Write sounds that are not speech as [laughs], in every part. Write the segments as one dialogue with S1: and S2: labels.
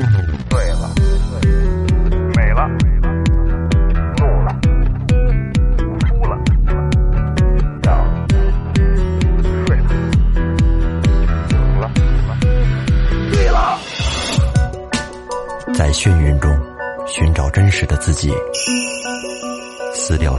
S1: 了，
S2: 美了，怒了，哭了，笑了，睡了，醒了，醉了。
S3: 在眩晕中寻找真实的自己，撕掉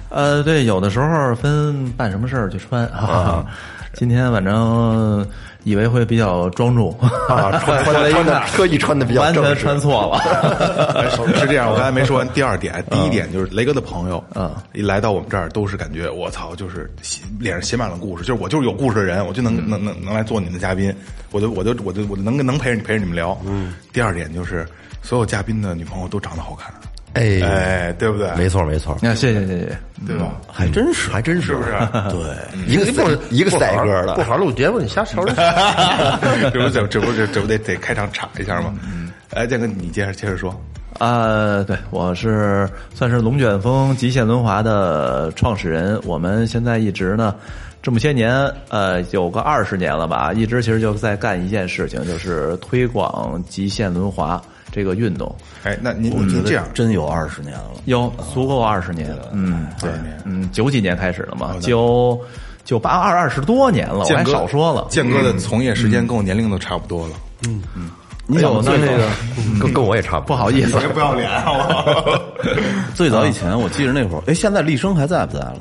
S4: 呃，对，有的时候分办什么事儿去穿啊。今天反正以为会比较庄重啊， [laughs] 穿
S3: 穿的特意穿的比较
S4: 完
S3: 正
S4: 全
S3: 式，
S4: 穿错
S3: [laughs]
S4: 了。
S5: 哎是这样，我刚才没说完。第二点，第一点就是雷哥的朋友，嗯，一来到我们这儿都是感觉我操，就是写脸上写满了故事，就是我就是有故事的人，我就能能能能来做你们的嘉宾，我就我就我就我就能能陪着你陪着你们聊。嗯，第二点就是所有嘉宾的女朋友都长得好看，
S3: 哎，
S5: 哎，对不对？
S3: 没错没错，
S4: 那谢谢谢谢，
S5: 对吧？
S3: 还真是还真是，嗯
S5: 是不是？
S3: 一个赛一个赛哥
S1: 不
S3: 的，
S1: 好录节目，你瞎吵吵。
S5: 这不这这不这这不得得开场插一下吗？哎，建哥，你接着接着说，
S4: 啊，对，我是算是龙卷风极限轮滑的创始人。我们现在一直呢，这么些年，呃，有个二十年了吧，一直其实就在干一件事情，就是推广极限轮滑这个运动，
S5: 哎，那您
S6: 我觉
S5: 您这
S6: 得
S5: 样，
S6: 真有二十年了，
S4: 有足够二十年。嗯，
S5: 对，
S4: 嗯，九几年开始的嘛，九九八二二十多年了，我
S5: 建
S4: 还
S5: 哥
S4: 少说了。
S5: 建哥的从业时间跟我年龄都差不多了。
S4: 你有
S3: 哎
S4: 那这个
S3: 跟跟我也嗯差不
S4: 不
S3: 多。
S4: 好意思，
S5: 不要脸，好
S4: [laughs]
S6: 最早以前我记着那会儿，哎，现在立生还在不在了？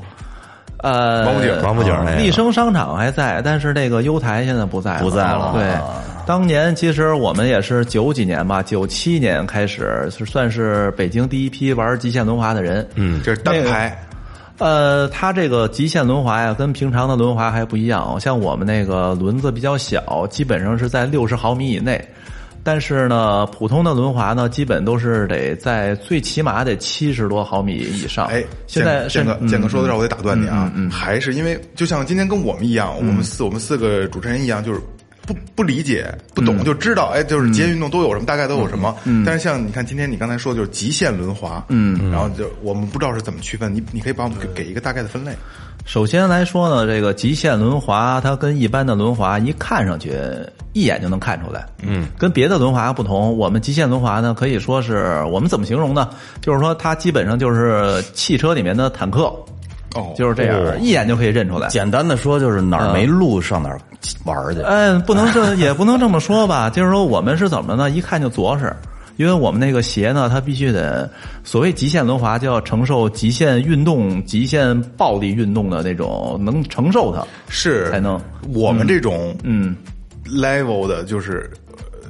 S4: 呃，
S5: 王府井
S3: 王府井那个
S4: 丽生商场还在，但是那个优台现在不在，
S6: 不在了
S4: 对
S6: 啊，
S4: 当年其实我们也是九几年吧，九七年开始是算是北京第一批玩极限轮滑的人。嗯，
S5: 这是单排，
S4: 呃，它这个极限轮滑呀，跟平常的轮滑哦还不一样，像我们那个轮子比较小，基本上是在六十毫米以内。但是呢，普通的轮滑呢，基本都是得在最起码得七十多毫米以上。
S5: 哎，
S4: 现在
S5: 建
S4: 甚
S5: 哥，
S4: 嗯
S5: 建哥说到这儿，我得打断你啊，还是因为就像今天跟我们一样，我
S4: 嗯
S5: 们四我们四个主持人一样，就是。不不理解、不
S4: 嗯
S5: 懂，就知道，哎，就是极限运动都有什么，大概都有什么。但是像你看，今天你刚才说的就是极限轮滑，嗯，然后就我们不知道是怎么区分，你你可以帮我们给给一个大概的分类。
S4: 首先来说呢，这个极限轮滑它跟一般的轮滑一看上去一眼就能看出来，嗯，跟别的轮滑不同，我们极限轮滑呢可以说是我们怎么形容呢？就是说它基本上就是汽车里面的坦克，
S5: 哦
S4: 就是这样，一眼就可以认出来。
S3: 简单的说就是哪儿没路上哪儿玩儿去。
S4: 嗯，不能这也不能这么说 [laughs] 吧，就是说我们是怎么呢？一看就着实，因为我们那个鞋呢，它必须得所谓极限轮滑，就要承受极限运动、极限暴力运动的那种，能承受它。
S5: 是
S4: 才能
S5: 我们这种嗯 level 的，就是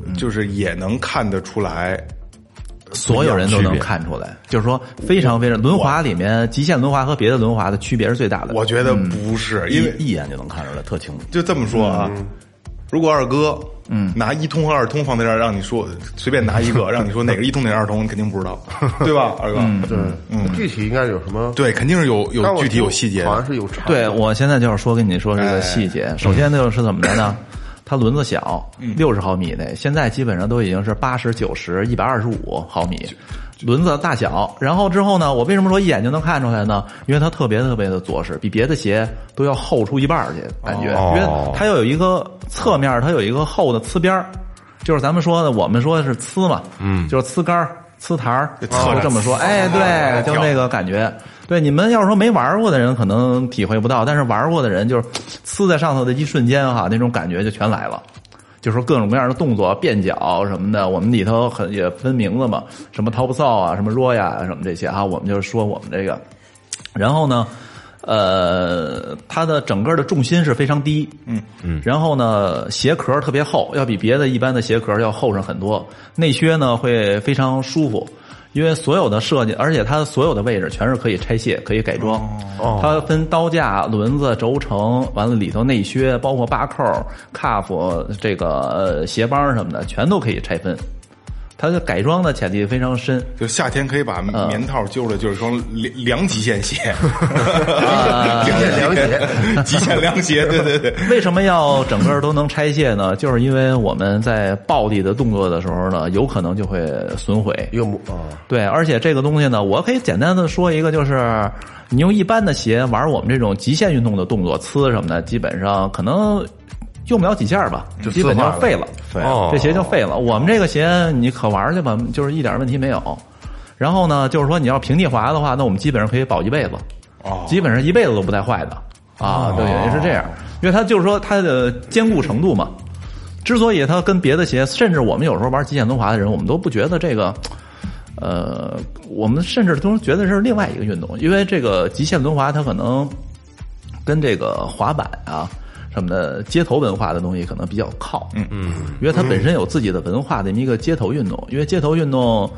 S4: 嗯
S5: 呃就是也能看得出来，
S4: 所有人都能看出来，就是说非常非常轮滑里面极限轮滑和别的轮滑的区别是最大的。
S5: 我觉得
S4: 嗯
S5: 不是，因为
S3: 一一眼就能看出来，特清楚。
S5: 就这么说啊，如果二哥，嗯，拿一通和二通放在这儿，让你说随便拿一个，让你说哪个一通哪个二通，你肯定不知道，对吧，二哥？
S1: 对，具体应该有什么？
S5: 对，肯定是有
S1: 但
S5: 有
S1: 我
S5: 具体
S1: 记得
S5: 有细节
S1: 好像
S5: 的。哎
S1: 是有查。
S4: 对，我现在就是说跟你说这个细节。首先就是怎么着呢？它轮子小，
S5: 嗯
S4: 六十毫米内，现在基本上都已经是八十九十、一百二十五毫米轮子大小。然后之后呢，我为什么说一眼就能看出来呢？因为它特别特别的着实，比别的鞋都要厚出一半儿去，感觉，
S5: 哦
S4: 因为它又有一个侧面儿，它有一个厚的呲边儿，就是咱们说的，我们说的是呲嘛，嗯，就是呲杆儿、呲台儿，
S5: 侧着
S4: 就这么说，
S5: 呲
S4: 哎，对，
S5: 跳
S4: 就那个感觉。对，你们要是说没玩过的人可能体会不到，但是玩过的人就是呲在上头的一瞬间哈，那种感觉就全来了。就说各种各样的动作、变脚什么的，我们里头很也分名字嘛，什么 top s o 啊，什么 roy 啊，什么这些哈、我们就说我们这个。然后呢，呃，它的整个的重心是非常低，嗯嗯，然后呢，鞋壳特别厚，要比别的一般的鞋壳要厚上很多，内靴呢会非常舒服。因为所有的设计，而且它所有的位置全是可以拆卸、可以改装。它分刀架、轮子、轴承，完了里头内靴，包括把扣、cuff 这个呃鞋帮什么的，全都可以拆分。它的改装的潜力非常深。
S5: 就夏天可以把棉套揪出来，就是双凉凉极限鞋，
S1: 极限凉鞋，
S5: 极限凉鞋，对对对，
S4: [laughs] 为什么要整个都能拆卸呢？就是因为我们在暴力的动作的时候呢，有可能就会损毁。
S1: 一个模啊，
S4: 对，而且这个东西呢，我可以简单的说一个，就是你用一般的鞋玩我们这种极限运动的动作，呲什么的，基本上可能用不了几下吧，
S1: 就
S4: 基本
S1: 呲坏
S4: 就
S1: 了
S4: 废了，
S3: 废了
S4: 这鞋就废了。我们这个鞋你可玩去吧，就是一点问题没有。然后呢，就是说你要平地滑的话，那我们基本上可以保一辈子，
S5: 哦
S4: 基本上一辈子都不带坏的啊，对，原因是这样，因为它就是说它的坚固程度嘛。之所以它跟别的鞋，甚至我们有时候玩极限轮滑的人，我们都不觉得这个，呃，我们甚至都觉得是另外一个运动，因为这个极限轮滑它可能跟这个滑板啊什么的街头文化的东西可能比较靠，嗯嗯，因为它本身有自己的文化的一个街头运动，因为街头运动。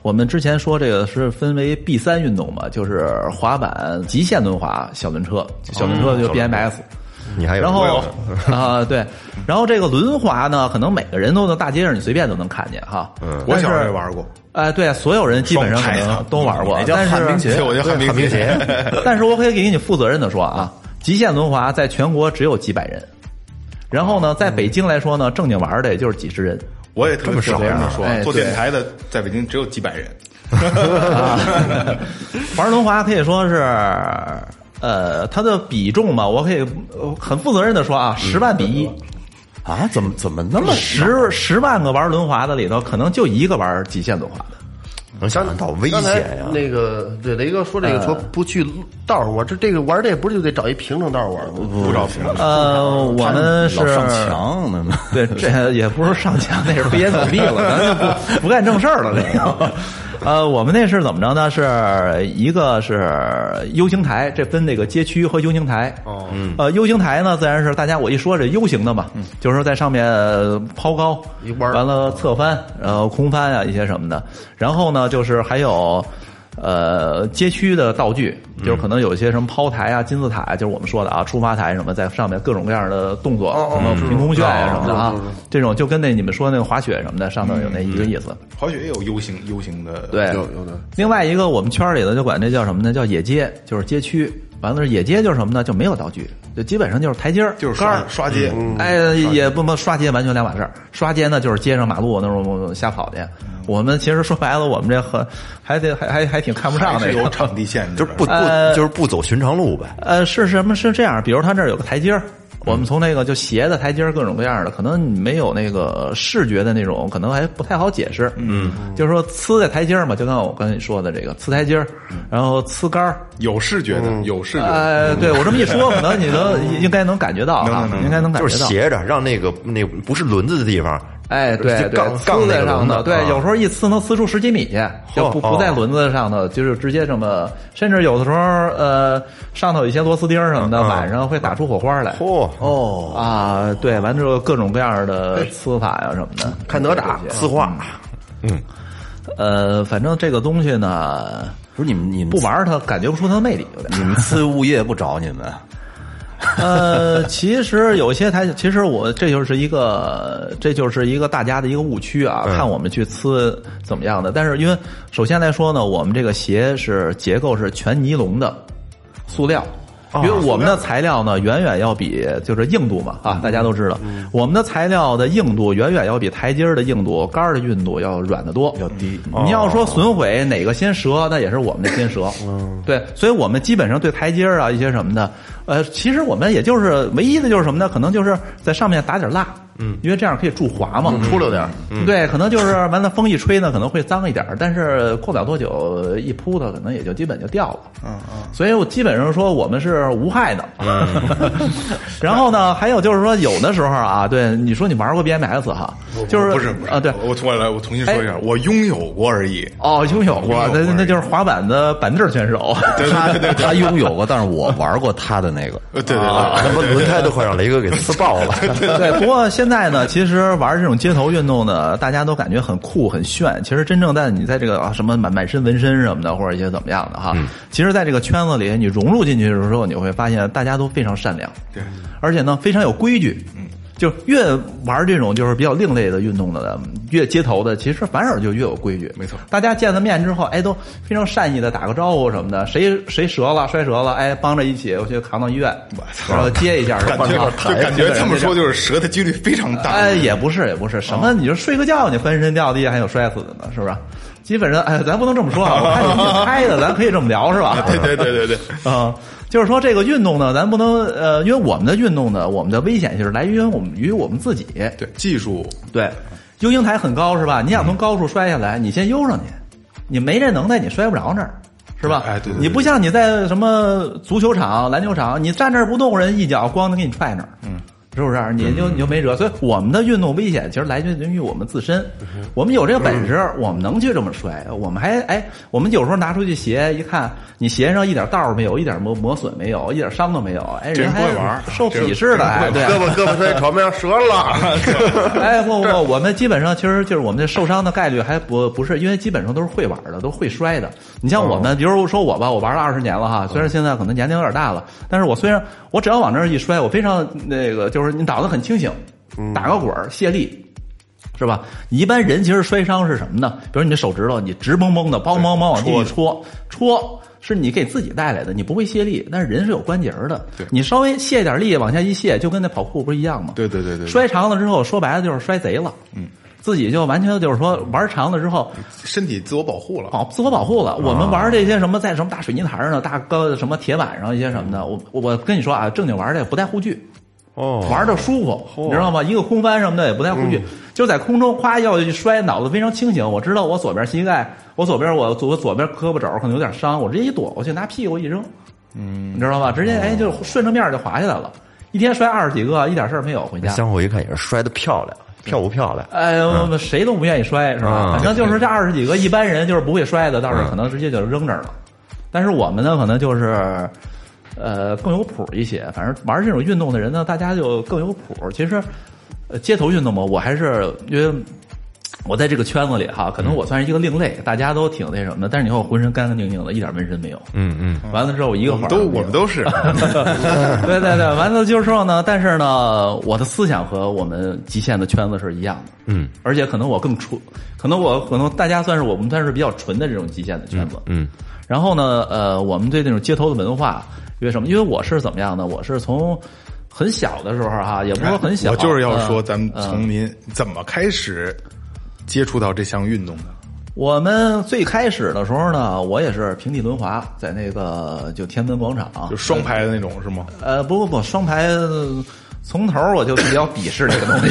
S4: 我们之前说这个是分为 B 三运动嘛，就是滑板、极限轮滑、小轮车，哦小轮车哎就 BMX，、
S7: 你还有
S4: 然后啊、对，然后这个轮滑呢，可能每个人都能大街上你随便都能看见哈。嗯啊
S5: 我小时候也玩过，
S4: 哎，对，所有人基本上可能都玩过
S3: 那，叫
S4: 但
S3: 旱冰
S4: 是
S3: 鞋
S5: 对，我觉得旱冰鞋，
S3: [laughs]
S4: 但是我可以给你负责任的说啊，极限轮滑在全国只有几百人，然后呢，在北京来说呢，正经玩的也就是几
S3: [laughs]
S4: 十人。
S5: 我也特别喜欢这么说
S4: 哎，
S5: 做
S4: 对
S5: 电台的在北京只有几百人，
S4: 啊玩轮滑可以说是，呃，它的比重吧，我可以呃很负责任的说啊，十万比一。
S3: 啊，怎么怎么那么
S4: 十十万个玩轮滑的里头，可能就一个玩极限轮滑的。
S3: 嗯
S7: 能想象到危
S1: 刚才
S7: 险
S3: 啊
S7: 呀、
S1: 那个对雷哥说这个说不去道儿玩，这这个玩这不是就得找一平整道儿玩吗？
S5: 不少平。
S4: 呃，我们是
S3: 老上墙呢嘛？
S4: [laughs] 对，这也不是上墙，那是飞檐走壁了，
S3: [laughs]
S4: 咱就不不干正事儿了。这个，呃，我们那是怎么着呢？是一个是 U 型台，这分这个街区和 U 型台。哦，
S3: 嗯
S4: 呃，U 型台呢，自然是大家我一说这 U 型的嘛，就是说在上面呃抛高
S1: 一弯儿
S4: 完了侧翻，然后空翻啊一些什么的。然后呢，就是还有。呃街区的道具，
S1: 嗯
S4: 就是可能有一些什么抛台啊、金字塔，就是我们说的啊，出发台什么，在上面各种各样的动作，
S1: 哦
S4: 什么凭空旋啊什么的啊，这种就跟那你们说那个滑雪什么的，上面有那一个意思。
S5: 滑雪也有 U 型 U 型的，
S4: 对，
S1: 嗯有有的
S4: 另外一个，我们圈儿里头就管这叫什么呢？叫野街，就是街区。完了，野街就是什么呢？就没有道具，就基本上就是台阶儿、
S5: 就是
S4: 杆儿
S5: 刷。嗯刷街，
S4: 哎，也不不刷街完全两码事儿。刷街呢，就是街上马路那种瞎跑去。我们其实说白了，我们这很还得还还还挺看不上
S5: 还
S4: 那
S5: 是有
S4: 个。
S5: 场地限制，
S3: 就是不不、就是不走寻常路呗。
S4: [laughs] 呃，是什么？是这样，比如他这儿有个台阶儿，我们从那个就斜的台阶儿，各种各样的，可能你没有那个视觉的那种，可能还不太好解释。嗯，就是说呲在台阶儿嘛，就刚才我跟你说的这个呲台阶儿，然后呲杆儿。
S5: 有视觉的，有视觉的，
S4: 呃，对我这么一说，可能你能应该能感觉到啊，应该能感
S3: 就
S4: 觉
S3: 是
S4: 到。
S3: 斜着，让那个那不是轮子的地方，
S4: 哎，对
S3: 就
S4: 对
S3: 杠，
S4: 呲
S3: 杠那
S4: 在
S3: 个
S4: 上
S3: 轮
S4: 头，
S3: 子，
S4: 对
S3: 啊，哦
S4: 有时候一呲能呲出十几米去，就不
S3: 嚯
S4: 不在轮子上头，就是直接这么，甚至有的时候呃，上头有一些螺丝钉儿什么的，晚上会打出火花来。
S3: 嗯嚯
S4: 哦啊，对，完之后各种各样的呲法呀什么的，
S1: 看哪吒
S4: 这些
S3: 呲画，
S4: 嗯呃，反正这个东西呢，
S8: 不是你们你们
S4: 不玩儿它感觉不出它的魅力，有点。
S8: 你们呲物业不找你们，
S3: 啊
S4: 呃，其实有些台，其实我这就是一个，这就是一个大家的一个误区啊，看我们去呲怎么样的。但是因为首先来说呢，我们这个鞋是结构是全尼龙的塑料。因为我们的材哦料呢，远远要比就是硬度嘛啊，大家都知道，我们的材料的硬度远远要比台阶儿的硬度、杆儿的硬度要软得多，要低。你要说损毁哪个先折，那也是我们的先折。对，所以我们基本上对台阶儿啊一些什么的，呃，其实我们也就是唯一的就是什么呢？可能就是在上面打点蜡，嗯，因为这样可以助滑
S5: 嗯
S4: 嘛，出溜点儿。对，可能就是完了风一吹呢，可能会脏一点儿，但是过不了多久一扑它，可能也就基本就掉了。嗯嗯，所以我基本上说我们是无害的。
S5: 嗯
S4: [laughs] 然后呢，还有就是说有的时候啊，对你说你玩过 BMS 哈，就是
S5: 不是不是
S4: 啊，对，
S5: 我我来我重新说一下，
S4: 哎
S5: 我拥有过而已，
S4: 哦，拥有
S5: 拥
S4: 过
S5: 有，过
S4: 那那就是滑板的板凳选手。
S8: 他
S4: [laughs]
S8: 他拥有过，但是我玩过他的
S5: [laughs]
S8: 那个，
S5: 呃，对对对，
S3: 啊，那不轮胎都快让雷哥给呲爆了，
S4: [laughs] 对，不过现在呢，其实玩这种街头运动呢，大家都感觉很酷很炫。其实真正在你在这个啊什么满满身纹身什么的，或者一些怎么样的哈，
S5: 嗯
S4: 其实在这个圈子里，你融入进去的时候，你会发现大家都非常善良，
S5: 对，
S4: 而且呢非常有规矩，嗯。就越玩这种就是比较另类的运动的，越街头的，其实反而就越有规矩。
S5: 没错
S4: 大家见了面之后，哎，都非常善意的打个招呼什么的，谁谁折了摔折了，哎，帮着一起我去扛到医院，然后接一下，
S5: 感觉就感觉这么说就是折的几率非常大，
S4: 哎，也不是，也不是，什
S5: 哦
S4: 么？你就睡个觉，你翻身掉地，还有摔死的呢，是不是？基本上，哎，咱不能这么说啊，我看你挺嗨的，咱可以这么聊，是吧？
S5: [laughs] 对对对对对，
S4: [laughs] 啊、就是说这个运动呢，咱不能呃，因为我们的运动呢，我们的危险性来源于我们于我们自己。
S5: 对技术
S4: 对，幽鹰台很高是吧？你想
S5: 嗯
S4: 从高处摔下来，你先悠上去，你没这能耐，你摔不着那儿。是吧？
S5: 哎对对对
S4: 你不像你在什么足球场、篮球场，你站那儿不动，人一脚咣的给你踹那儿，嗯，是不是？你
S5: 嗯
S4: 就你就没辙。所以我们的运动危险其实来源于我们自身，
S5: 嗯
S4: 我们有这个本事，我们能去这么摔，我们还哎，我们有时候拿出去鞋一看，你鞋上一点道儿没有，一点磨磨损没有，一点伤都没有，哎，
S5: 这人
S4: 人还
S5: 不会玩儿啊
S4: 受
S5: 这人
S4: 鄙视的，哎，对，
S1: 胳膊胳膊在床面上折了，
S4: 哎，不不，我们基本上其实就是我们这受伤的概率还不不是，因为基本上都是会玩的，都会摔的。你像我们，比如说我吧，我玩了二十年了哈，虽然现在可能年龄有点大了，但是我虽然我只要往那儿一摔，我非常那个就是你脑子很清醒，打个滚儿卸力。是吧？你一般人其实摔伤是什么呢？比如你的手指头，你直蹦蹦的，梆梆梆往地一戳，戳是你给自己带来的，你不会卸力，但是人是有关节儿的，你稍微卸点力往下一卸，就跟那跑酷不是一样吗？
S5: 对对对对对
S4: 摔长了之后，说白了就是摔贼了，嗯，自己就完全就是说玩长了之后
S5: 身体自我保护了，
S4: 保自我保护了。我们玩这些什么在什么大水泥台上、大高什么铁板上一些什么的，我我我跟你说啊，正经玩的也不带护具。
S3: [laughs] 哦，
S4: 玩的舒服，你知道吗？一个空翻什么的也不带护具，就在空中夸要一摔，脑子非常清醒。我知道我左边膝盖，我左边我左左边胳膊肘可能有点伤，我直接一躲过去，拿屁股一扔，嗯，你知道吗？直接哎就顺着面儿就滑下来了，一天摔二十几个，一点事儿没有，回家。
S3: 相互一看也是摔得漂亮，漂不漂亮？
S4: 哎呦，谁都不愿意摔，是吧？
S3: 嗯
S4: 反正就是这二十几个一般人就是不会摔的，倒是可能直接就扔这儿了。但是我们呢，可能就是呃更有谱一些。反正玩这种运动的人呢，大家就更有谱。其实呃街头运动嘛，我还是因为我在这个圈子里哈，可能我算是一个另类，大家都挺那什么的，但是你看我浑身干干净净的，一点纹身没有。嗯嗯。完了之后，我一个
S5: 我
S4: 会
S5: 们
S4: 儿
S5: 都
S4: 没有
S5: 我们都是， [laughs]
S4: 对对对，完了就是说呢，但是呢，我的思想和我们极限的圈子是一样的，嗯，而且可能我更纯，可能我可能大家算是我们算是比较纯的这种极限的圈子，嗯，然后呢，呃，我们对那种街头的文化，因为什么？因为我是怎么样呢？我是从很小的时候哈，也不是说很
S5: 哎
S4: 小，
S5: 我就是要说，
S4: 嗯
S5: 咱们
S4: 嗯
S5: 从您怎么开始接触到这项运动的？
S4: 我们最开始的时候呢，我也是平地轮滑，在那个就天安门广场，
S5: 就双排的那种是吗？
S4: 呃，不不不，双排呃从头儿我就比较鄙视这个东西，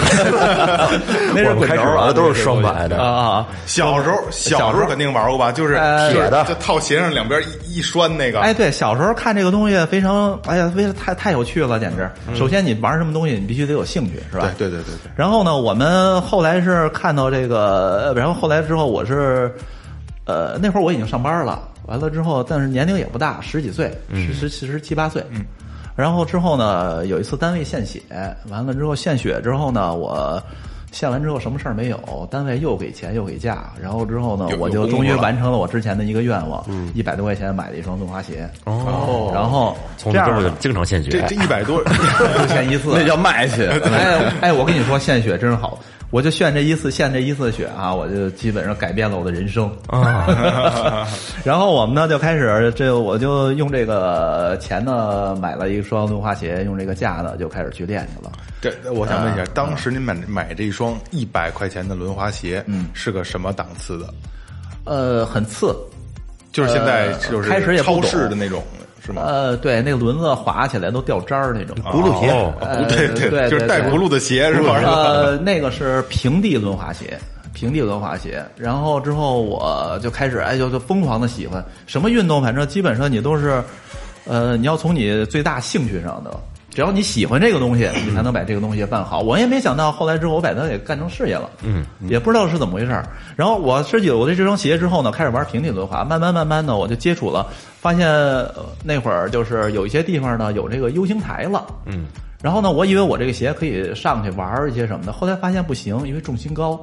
S4: 那是
S1: 我们
S4: 滚
S1: 开
S4: 轴
S1: 始
S4: 儿
S1: 玩
S4: 啊
S1: 的都是双排
S4: 啊
S1: 的，
S4: 啊！
S5: 小时候，小时候肯定玩过吧？就是
S4: 呃
S1: 铁的
S5: 就套鞋上两边一一拴那个。
S4: 哎，对，小时候看这个东西非常，哎呀，非常太太有趣了，简直。首先，你玩什么东西，你必须得有兴趣，是吧？
S5: 嗯对对对对对，
S4: 然后呢，我们后来是看到这个，呃然后后来之后，我是，呃，那会儿我已经上班了，完了之后，但是年龄也不大，十几岁，
S5: 嗯
S4: 十十十十七八岁。嗯。然后之后呢，有一次单位献血，完了之后献血之后呢，我献完之后什么事儿没有，单位又给钱又给假，然后之后呢
S5: 有，有
S4: 我就
S5: 功夫
S4: 终于
S5: 了
S4: 完成了我之前的一个愿望，
S5: 嗯
S4: 一百多块钱买了一双轮滑鞋。哦。然后
S3: 从
S4: 这
S3: 此之
S4: 样
S3: 后
S4: 呢
S3: 就经常献
S5: 这
S3: 血
S5: 这。一百多，
S4: 就献一次，
S9: 那叫卖去。
S4: [laughs] 哎哎，我跟你说，献血真是好，我就献这一次，献这一次血啊，我就基本上改变了我的人生啊。 [laughs] 然后我们呢就开始这，我就用这个钱呢买了一双轮滑鞋，用这个价呢就开始去练去了。
S5: [laughs] 这我想问一下，当时您买买这一双一百块钱的轮滑鞋，嗯，是个什么档次的？
S4: 呃，很次，
S5: 就是现在就是
S4: 开始也不
S5: 超
S4: 懂
S5: 市的那种，是吗？
S4: 呃，对，那个轮子滑起来都掉渣儿那种。
S1: 轱辘鞋，
S5: 哦不对
S4: 呃对
S5: 就是
S4: 对
S5: 带
S4: 对
S5: 轱辘的鞋是吧？
S4: 呃，那个是平地轮滑鞋，平地轮滑鞋。然后之后我就开始哎，就就疯狂的喜欢什么运动，反正基本上你都是，呃，你要从你最大兴趣上的，只要你喜欢这个东西，你才能把这个东西办好。我也没想到后来之后我把它给干成事业了，嗯，也不知道是怎么回事儿。然后我设计了我的这双鞋之后呢，开始玩平地轮滑，慢慢慢慢的我就接触了，发现呃那会儿就是有一些地方呢有这个 U 型台了，嗯。然后呢，我以为我这个鞋可以上去玩儿一些什么的，后来发现不行，因为重心高。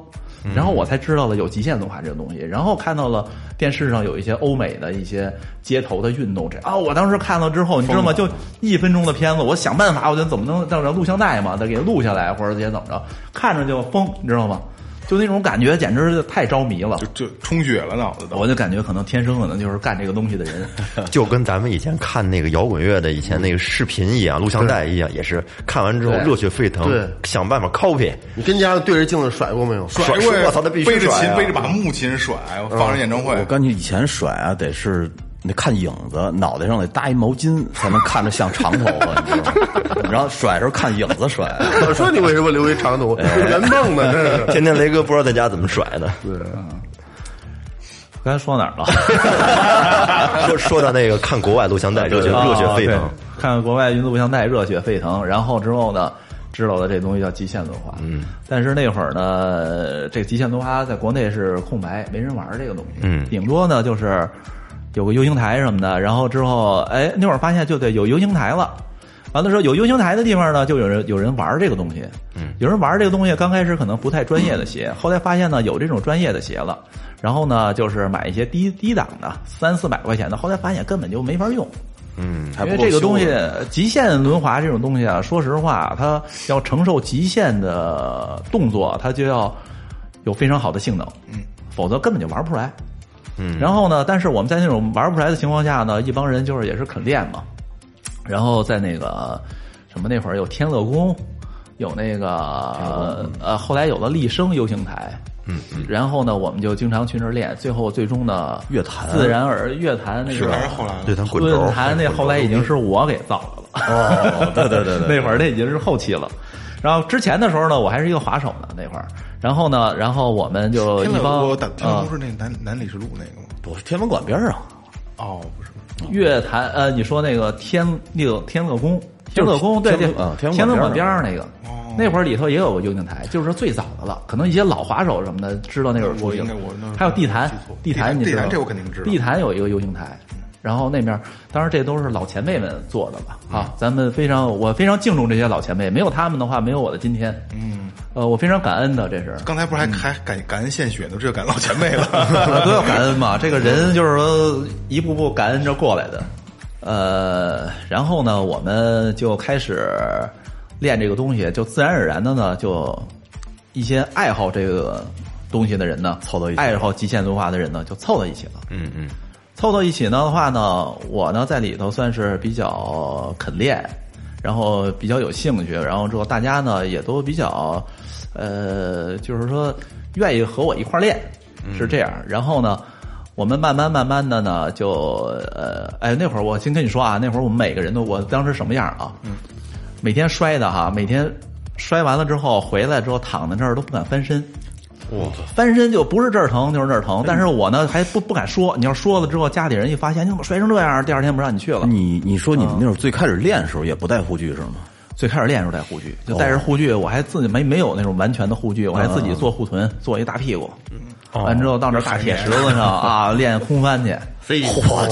S4: 然后我才知道了有极限轮滑这个东西，然后看到了电视上有一些欧美的一些街头的运动这啊、我当时看了之后，你知道吗？就一分钟的片子，我想办法，我就怎么能让这录像带嘛，得给录下来或者得怎么着，看着就疯，你知道吗？就那种感觉简直就太着迷了
S5: [laughs] 就，就充血了脑子都。
S4: 我就感觉可能天生可能就是干这个东西的人。
S3: 就跟咱们以前看那个摇滚乐的以前那个视频一样，录像带一样，也是看完之后
S4: 对
S3: 热血沸腾
S1: 对，
S3: 想办法 copy。
S1: 你跟家对着镜子甩过没有？
S5: 甩
S3: 甩
S5: 嗯过，
S3: 我操那必须
S5: 背着
S3: 甩
S5: 琴
S3: 啊
S5: 背着把木琴甩，放上演唱会
S9: 我。感觉以前甩啊，得是那看影子，脑袋上得搭一毛巾，才能看着像长头发，你知道吗？然后甩的时候看影子甩。
S1: 我说你为什么留一长头？圆梦呢？这是。
S3: 天天雷哥不知道在家怎么甩的，
S4: [laughs] 刚才说到哪儿了？
S3: 说说到那个看国外录像带，热血热血沸腾
S4: 啊。对看国外云录像带热血沸腾，然后之后呢，知道了这东西叫极限轮滑。嗯，但是那会儿呢，这个极限轮滑在国内是空白，没人玩这个东西。嗯，顶多呢就是有个 U 型台什么的，然后之后哎那会儿发现就对有 U 型台了。完了之后，有 U 型台的地方呢，就有人有人玩这个东西。嗯，有人玩这个东西，刚开始可能不太专业的鞋，后来发现呢，有这种专业的鞋了。然后呢，就是买一些低低档的，三四百块钱的，后来发现根本就没法用。
S9: 还
S4: 因
S5: 嗯
S4: 为
S9: 不够
S4: 这个
S9: 羞
S4: 东西
S9: 的，
S4: 极限轮滑这种东西啊，说实话，它要承受极限的动作，它就要有非常好的性能，嗯，否则根本就玩不出来。嗯，然后呢，但是我们在那种玩不出来的情况下呢，一帮人就是也是肯练嘛，然后在那个什么那会儿有天乐宫，有那个呃，后来有了丽声 U 型台。嗯，然后呢，我们就经常去那儿练，最后最终呢，
S9: 乐坛
S4: 自然而乐坛那
S5: 是
S4: 个
S5: 还是后来的？
S3: 对，他滚轴
S4: 论，
S9: 哎
S4: 坛那后来已经是我给造的了。 [laughs]
S9: 哦，对对对对，
S4: 那会儿那已经是后期了。然后之前的时候呢，我还是一个滑手呢，那会儿。然后呢，然后我们就
S5: 天
S4: 一帮
S5: 我打天
S4: 呃
S5: 龙是那南南礼士路那个吗？
S9: 我是天文馆边儿啊，
S5: 哦，不是，
S4: 乐坛呃，你说那个天那个天乐宫，天乐宫对
S9: 天
S4: 对
S9: 乐啊，天乐
S4: 天乐
S9: 馆
S4: 馆边
S9: 边儿
S4: 上那个。
S5: 哦
S4: 那会儿里头也有个 U 型台，就是最早的了。可能一些老滑手什么的知道那会儿出
S5: 我
S4: 现
S5: 嗯应该我那
S4: 还有地坛
S5: 记错，
S4: 地坛
S5: 地坛
S4: 你知
S5: 地
S4: 道
S5: 坛这我肯定知道
S4: 地坛有一个 U 型台，
S9: 然后那面，当然这都是老前辈们做的吧，
S5: 嗯
S9: 啊，咱们非常我非常敬重这些老前辈，没有他们的话，没有我的今天，嗯，呃，我非常感恩的，这是。
S5: 刚才不是还还感感恩献血呢，这就感恩老前辈 [laughs]
S9: 啊 [laughs]
S5: 了。
S9: 都要感恩嘛。这个人就是说一步步感恩着过来的。呃，然后呢，我们就开始练这个东西，就自然而然的呢，就一些爱好这个东西的人呢，
S4: 凑到一起
S9: 爱好极限轮滑的人呢，就凑到一起了。
S4: 嗯嗯，
S9: 凑到一起呢的话呢，我呢在里头算是比较肯练，然后比较有兴趣，然后之后大家呢也都比较，呃，就是说愿意和我一块儿练，是这样。然后呢，我们慢慢慢慢的呢就呃，哎，那会儿我先跟你说啊，那会儿我们每个人都我当时什么样啊？每天摔的哈，每天摔完了之后回来之后躺在这儿都不敢翻身。翻身就不是这儿疼就是这儿疼，但是我呢还不不敢说，你要说了之后，家里人一发现你怎么摔成这样，第二天不让你去了。
S4: 你你说你们那会儿最开始练的时候也不戴护具是吗？
S9: [laughs] 最开始练的时候戴护具，就戴
S5: 哦
S9: 着护具，我还自己没没有那种完全的护具，我还自己
S5: 嗯
S9: 做护臀，做一大屁股，
S5: 哦
S9: 完之后到那大铁石子上啊练空
S5: [laughs]
S9: 翻去。我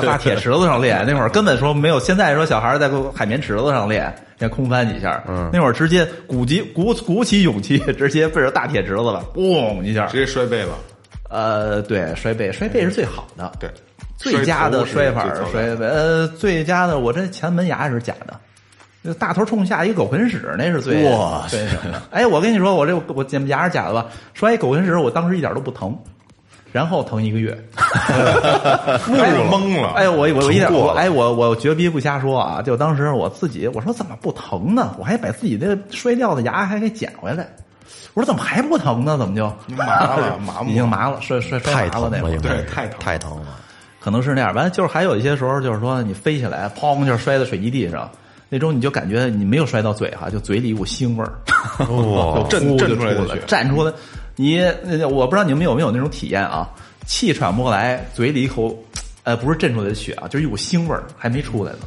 S9: 去，大铁池子上练，那会儿根本说没有，现在说小孩在海绵池子上练，先空翻几下，
S5: 嗯
S9: 那会儿直接鼓起鼓鼓起勇气，直接奔着大铁池子了，嘣一下，
S5: 直接摔背了，
S9: 呃，对，摔背，摔背是最好的，
S5: 对
S9: 最佳的
S5: 摔
S9: 摔
S5: 头
S9: 法
S5: 是最
S9: 儿摔背，呃，最佳的我这前门牙是假的，那大头冲下一狗啃屎，那是最
S4: 哇
S9: 最什么的哎，我跟你说，我这我前牙是假的吧？摔一狗啃屎，我当时一点都不疼。然后疼一个月， [laughs]
S5: 哎懵了
S9: 哎，我我我一点，
S5: 疼过
S9: 我
S5: 了
S9: 哎，我我绝逼不瞎说啊！就当时我自己，我说怎么不疼呢？我还把自己的摔掉的牙还给捡回来，我说怎么还不疼呢？怎么就
S5: 麻了麻木
S9: 已经麻了，摔摔摔
S3: 太
S9: 麻了
S3: 疼
S9: 那会
S3: 了，
S9: 儿
S3: 应该是
S5: 对太疼了
S3: 太疼了。
S9: 可能是那样。完了，就是还有一些时候，就是说你飞起来，砰就摔在水泥地上，那种你就感觉你没有摔到嘴哈，就嘴里一股腥味儿，
S5: 哦
S9: 就
S5: 震
S9: 呼
S5: 震
S9: 就
S5: 出来的
S9: 了
S5: 血，
S9: 站出来。你那我不知道你们有没有那种体验啊，气喘不过来，嘴里一口，呃，不是震出来的血啊，就是一股腥味儿还没出来呢。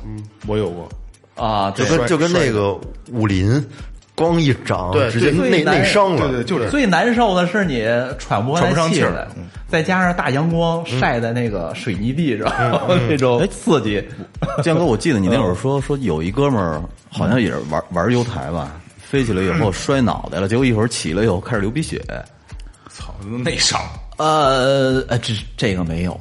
S5: 我有过，
S9: 啊，
S3: 就
S9: 对。
S3: 跟就跟那个武林，光一掌
S1: 对
S3: 直接
S9: 对
S3: 内
S9: 对
S3: 内伤了，
S5: 对对，就是
S9: 最难受的是你喘不过来
S5: 喘不上
S9: 气
S5: 气儿嗯
S9: 来，再加上大阳光晒在那个水泥地上，
S5: 嗯
S9: [laughs] 那
S5: 哎
S9: 种刺激。
S4: 建哥，我记得你那会儿说
S9: 嗯
S4: 说有一哥们儿好像也是玩玩游台吧，飞起来以后摔脑袋了，结果一会儿起来以后开始流鼻血，
S5: 操内伤，
S9: 呃，呃，这这个没有，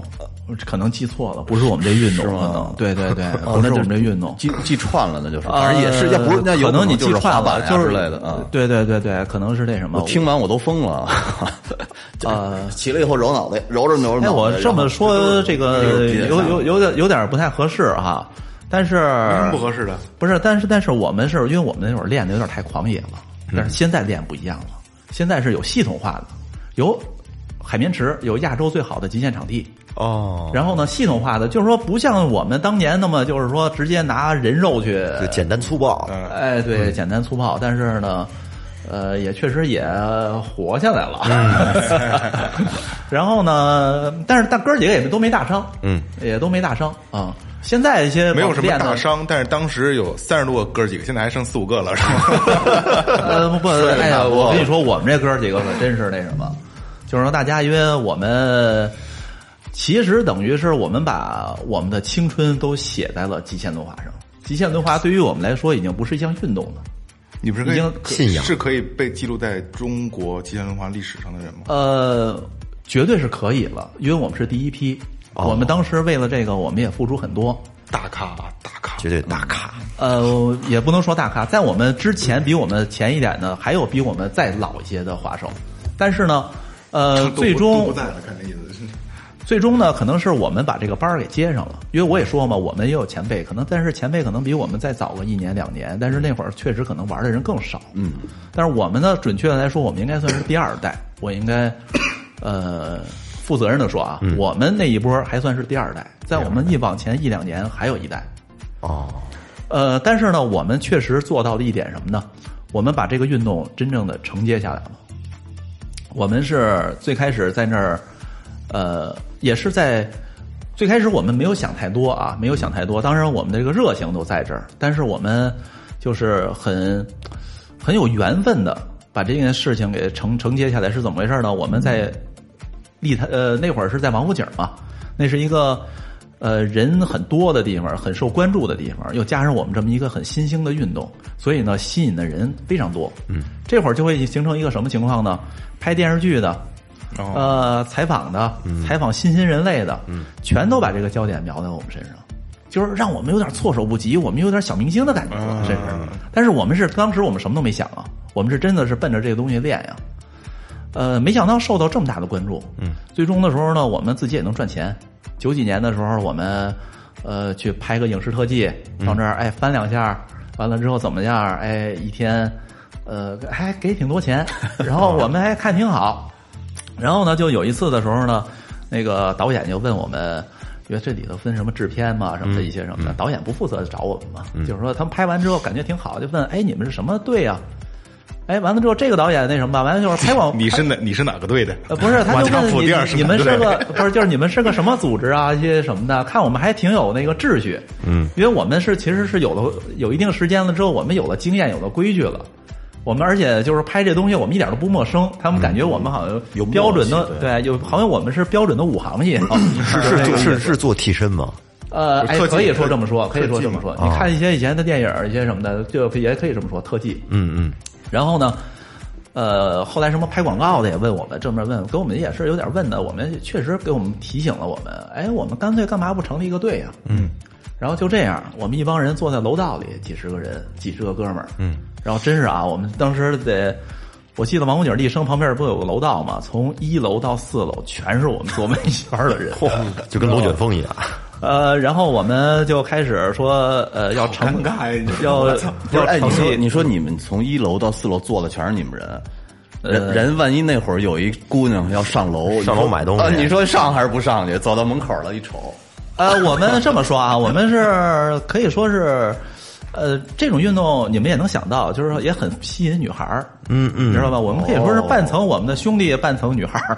S9: 可能记错了，不是我们这运动，可能对
S4: [laughs]
S9: 对对，不是我们这运动。
S4: 哦
S9: 呃
S4: 记记串了，那就是，反正也是，要不是那有
S9: 可能你
S4: 就是
S9: 记
S4: 滑
S9: 串
S4: 板
S9: 了，
S4: 呀
S9: 就是
S4: 之类的啊。
S9: 对对对对，可能是那什么。
S4: 我听完我都疯 [laughs] 了，
S9: 啊
S4: 起来以后揉脑袋，揉着揉着脑袋。
S9: 哎，我这么说这个有有有点有点不太合适哈，但是
S5: 有什么不合适的？
S9: 不是，但是但是我们是因为我们那会儿练的有点太狂野了，
S4: 嗯
S9: 但是现在练不一样了，现在是有系统化的，有海绵池，有亚洲最好的极限场地。
S3: 哦，
S9: 然后呢，系统化的，就是说不像我们当年那么，就是说直接拿人肉去，
S3: 就简单粗暴，
S9: 哎，
S5: 嗯
S9: 对，简单粗暴，但是呢，呃，也确实也呃活下来了。
S5: 嗯
S9: [laughs] 然后呢，但是大哥几个也都没大伤，嗯，也都没大伤啊。现在一些
S5: 没有什么
S9: 练的
S5: 大，伤，但是当时有三十多个哥儿几个，现在还剩四五个了，是 [laughs] 吗？
S9: 呃，不不，哎呀，我跟你说，我们这哥几个可真是那什么，就是说大家，因为我们其实等于是我们把我们的青春都写在了极限轮滑上。极限轮滑对于我们来说已经不是一项运动了，
S5: 你不是可
S9: 已
S5: 以
S9: 经
S5: 可
S3: 信仰
S5: 是可以被记录在中国极限文化历史上的人吗？
S9: 呃，绝对是可以了，因为我们是第一批。我们当时为了这个，我们也付出很多。
S5: 大咖，大咖，
S3: 绝对大咖。
S9: 呃，也不能说大咖，在我们之前比我们前一点呢，还有比我们再老一些的滑手。但是呢，呃，
S5: 都不
S9: 最
S5: 都
S9: 终
S5: 不在了，看这意思是。
S9: 最终呢，可能是我们把这个班儿给接上了，因为我也说嘛，我们也有前辈，可能但是前辈可能比我们再早个一年两年，但是那会儿确实可能玩的人更少，嗯，但是我们呢，准确的来说，我们应该算是第二代，我应该，呃，负责任的说啊，我们那一波还算是第二代，在我们一往前一两年还有一代，
S3: 哦，
S9: 呃，但是呢，我们确实做到了一点什么呢？我们把这个运动真正的承接下来了。我们是最开始在那儿，呃，也是在最开始我们没有想太多啊，没有想太多。当然，我们的这个热情都在这儿，但是我们就是很很有缘分的把这件事情给承承接下来，是怎么回事呢？我们在立台呃那会儿是在王府井嘛，那是一个呃人很多的地方，很受关注的地方，又加上我们这么一个很新兴的运动，所以呢，吸引的人非常多。嗯，这会儿就会形成一个什么情况呢？拍电视剧的，
S5: 哦
S9: 呃，采访的，采访新兴人类的，全都把这个焦点瞄在我们身上。就是让我们有点措手不及，我们有点小明星的感觉了，甚至。但是我们是当时我们什么都没想啊，我们是真的是奔着这个东西练呀、呃，没想到受到这么大的关注。嗯，最终的时候呢，我们自己也能赚钱。九几年的时候，我们呃去拍个影视特技，到那儿哎翻两下，完了之后怎么样？哎，一天呃还给挺多钱，然后我们还看挺好。然后呢，就有一次的时候呢，那个导演就问我们。因为这里头分什么制片嘛，什么的一些什么的，导演不负责找我们嘛，就是说他们拍完之后感觉挺好，就问哎你们是什么队啊？哎完了之后这个导演那什么吧，完了就是拍广
S5: [laughs] 你是哪你是哪个队的？
S9: 呃，不是，他
S5: 马
S9: 就
S5: 场
S9: 问
S5: 府
S9: 你
S5: 第二十
S9: 你们
S5: 三队
S9: 是个不是，就是你们是个什么组织啊，一些什么的，看我们还挺有那个秩序，嗯，因为我们是其实是有了有一定时间了之后，我们有了经验，有了规矩了。我们而且就是拍这东西，我们一点都不陌生。他们感觉我们好像有标准的，对，有好像我们是标准的武行业，
S3: 是是做是是做替身吗？
S9: 呃，哎，
S5: 特技
S9: 可以说这么说，可以
S5: 特
S9: 说
S5: 技
S9: 这
S5: 嘛
S9: 么说。你看一些以前的电影儿，一些什么的，就也可以这么说，特技。嗯嗯。然后呢，呃，后来什么拍广告的也问我们，这么问，跟我们也是有点问的。我们确实给我们提醒了我们，哎，我们干脆干嘛不成立一个队呀、嗯。然后就这样，我们一帮人坐在楼道里，几十个人，几十个哥们儿。嗯。然后真是啊，我们当时得。我记得王府井立生旁边不有个楼道嘛，从一楼到四楼全是我们坐满一圈儿
S5: [laughs]
S9: 的人，
S3: 就跟龙卷风一样，
S9: 呃，然后我们就开始说，呃，要成
S5: 尴尬呀你说
S9: 要
S5: 我操
S4: 不是，
S9: 要
S4: 哎，你
S9: 成
S4: 说
S9: 立，
S4: 你说你们从一楼到四楼坐的全是你们人，人人万一那会儿有一姑娘要上楼，你
S3: 上楼
S4: 说
S3: 买东西
S4: 啊你说上还是不上去？走到门口了，一瞅，
S9: 呃，我们这么说啊，我们是可以说是，呃，这种运动你们也能想到，就是说也很吸引女孩儿，嗯嗯，你知道吧？我们可以说是半层我们的兄弟，半层女孩儿，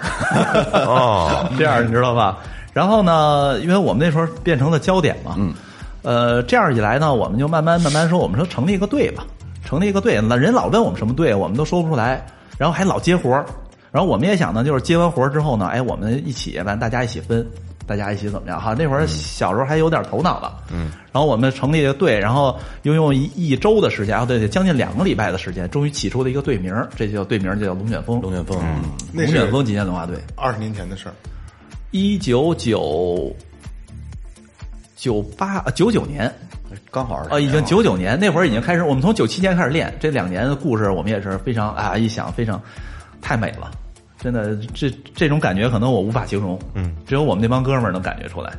S3: 哦，
S9: 这样你知道吧？然后呢，因为我们那时候变成了焦点嘛，嗯，呃，这样一来呢，我们就慢慢慢慢说，我们说成立一个队吧，成立一个队，那人老问我们什么队，我们都说不出来，然后还老接活儿，然后我们也想呢，就是接完活儿之后呢，哎，我们一起，咱大家一起分，大家一起怎么样哈？那会儿小时候还有点头脑了，嗯，然后我们成立一个队，然后又用一一周的时间，啊，对对，将近两个礼拜的时间，终于起出了一个队名儿，这就叫队名儿就叫龙卷风，
S4: 龙卷风，嗯
S5: 那
S9: 龙
S5: 是
S9: 卷风极限文化队，
S5: 二十年前的事儿，
S9: 一九九九八呃九九年，
S4: 哎刚好
S9: 呃，
S4: 是
S9: 已经九九年那会儿已经开始，我们从九七年开始练，这两年的故事我们也是非常啊，一想非常太美了，真的这这种感觉可能我无法形容，嗯，只有我们那帮哥们儿能感觉出来。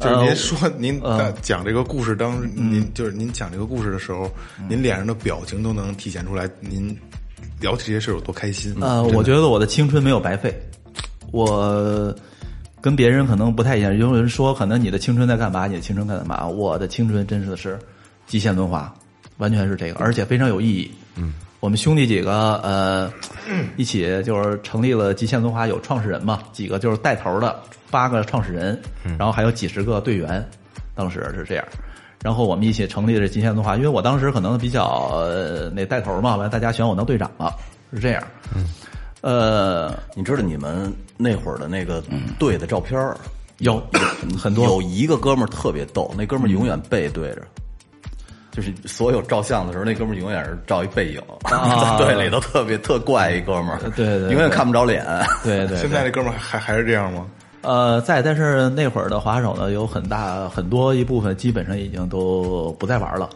S5: 就是
S9: 呃嗯
S5: 您说您
S9: 呃
S5: 在讲这个故事当时，您就是您讲这个故事的时候，
S9: 嗯
S5: 您脸上的表情都能体现出来，您聊起这些事儿有多开心。
S9: 呃，
S5: 真的
S9: 我觉得我的青春没有白费，我跟别人可能不太一样，有人说可能你的青春在干嘛，你的青春在干嘛？我的青春真是的是极限轮滑，完全是这个，而且非常有意义。嗯，我们兄弟几个呃一起就是成立了极限轮滑，有创始人嘛，几个就是带头的八个创始人，
S5: 嗯
S9: 然后还有几十个队员，当时是这样。然后我们一起成立了极限轮滑，因为我当时可能比较呃那带头嘛，完了大家选我当队长了，是这样。呃，
S4: 你知道你们那会儿的那个队的照片儿
S9: 有很多
S4: 有一个哥们儿特别逗，那哥们儿永远背对着。就是所有照相的时候，那哥们儿永远是照一背影，
S9: 啊
S4: [laughs] 队里头特别特怪一哥们儿，
S9: 对对对
S4: 永远看不着 [laughs] 脸。
S9: 对对
S5: 现在这哥们儿还还是这样吗？
S9: 呃，在但是那会儿的滑手呢，有很大很多一部分基本上已经都不再玩了，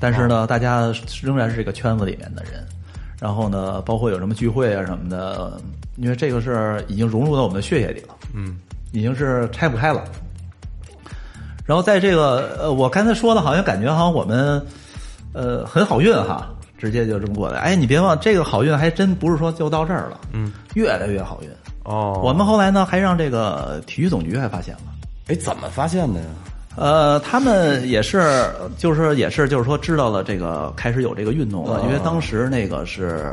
S9: 但是呢，大家仍然是这个圈子里面的人。然后呢，包括有什么聚会啊什么的，因为这个是已经融入到我们的血液里了，嗯，已经是拆不开了。然后在这个呃，我刚才说的，好像感觉好像我们呃很好运哈，直接就这么过来。哎，你别忘，这个好运还真不是说就到这儿了，嗯，越来越好运
S3: 哦
S9: 我们后来呢，还让这个体育总局还发现了。
S4: 哎，怎么发现的呀？
S9: 呃，他们也是，就是也是，就是说知道了这个开始有这个运动了，因为当时那个是，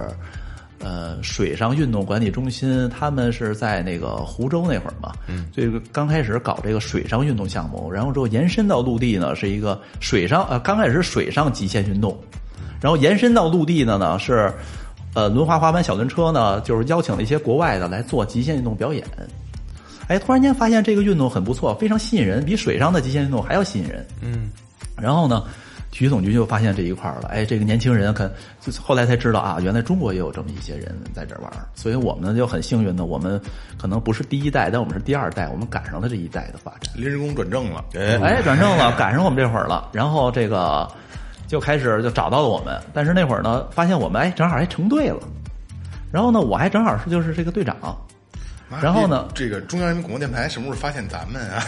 S9: 呃，水上运动管理中心，他们是在那个湖州那会儿嘛，嗯，这个刚开始搞这个水上运动项目，然后之后延伸到陆地呢，是一个水上呃，刚开始是水上极限运动，然后延伸到陆地的呢是，呃，轮滑、滑板、小轮车呢，就是邀请了一些国外的来做极限运动表演。哎，突然间发现这个运动很不错，非常吸引人，比水上的极限运动还要吸引人。嗯，然后呢，体育总局就发现这一块儿了。哎，这个年轻人看，就后来才知道啊，原来中国也有这么一些人在这玩儿。所以我们就很幸运的，我们可能不是第一代，但我们是第二代，我们赶上了这一代的发展。
S5: 临时工转正了，哎
S9: 哎，转正了，赶上我们这会儿了。然后这个就开始就找到了我们，但是那会儿呢，发现我们哎正好还成队了。然后呢，我还正好是就是这个队长。
S5: 妈
S9: 然后呢
S5: 这这个中央人民广播电台什么时候发现咱们
S9: [laughs]
S5: 啊？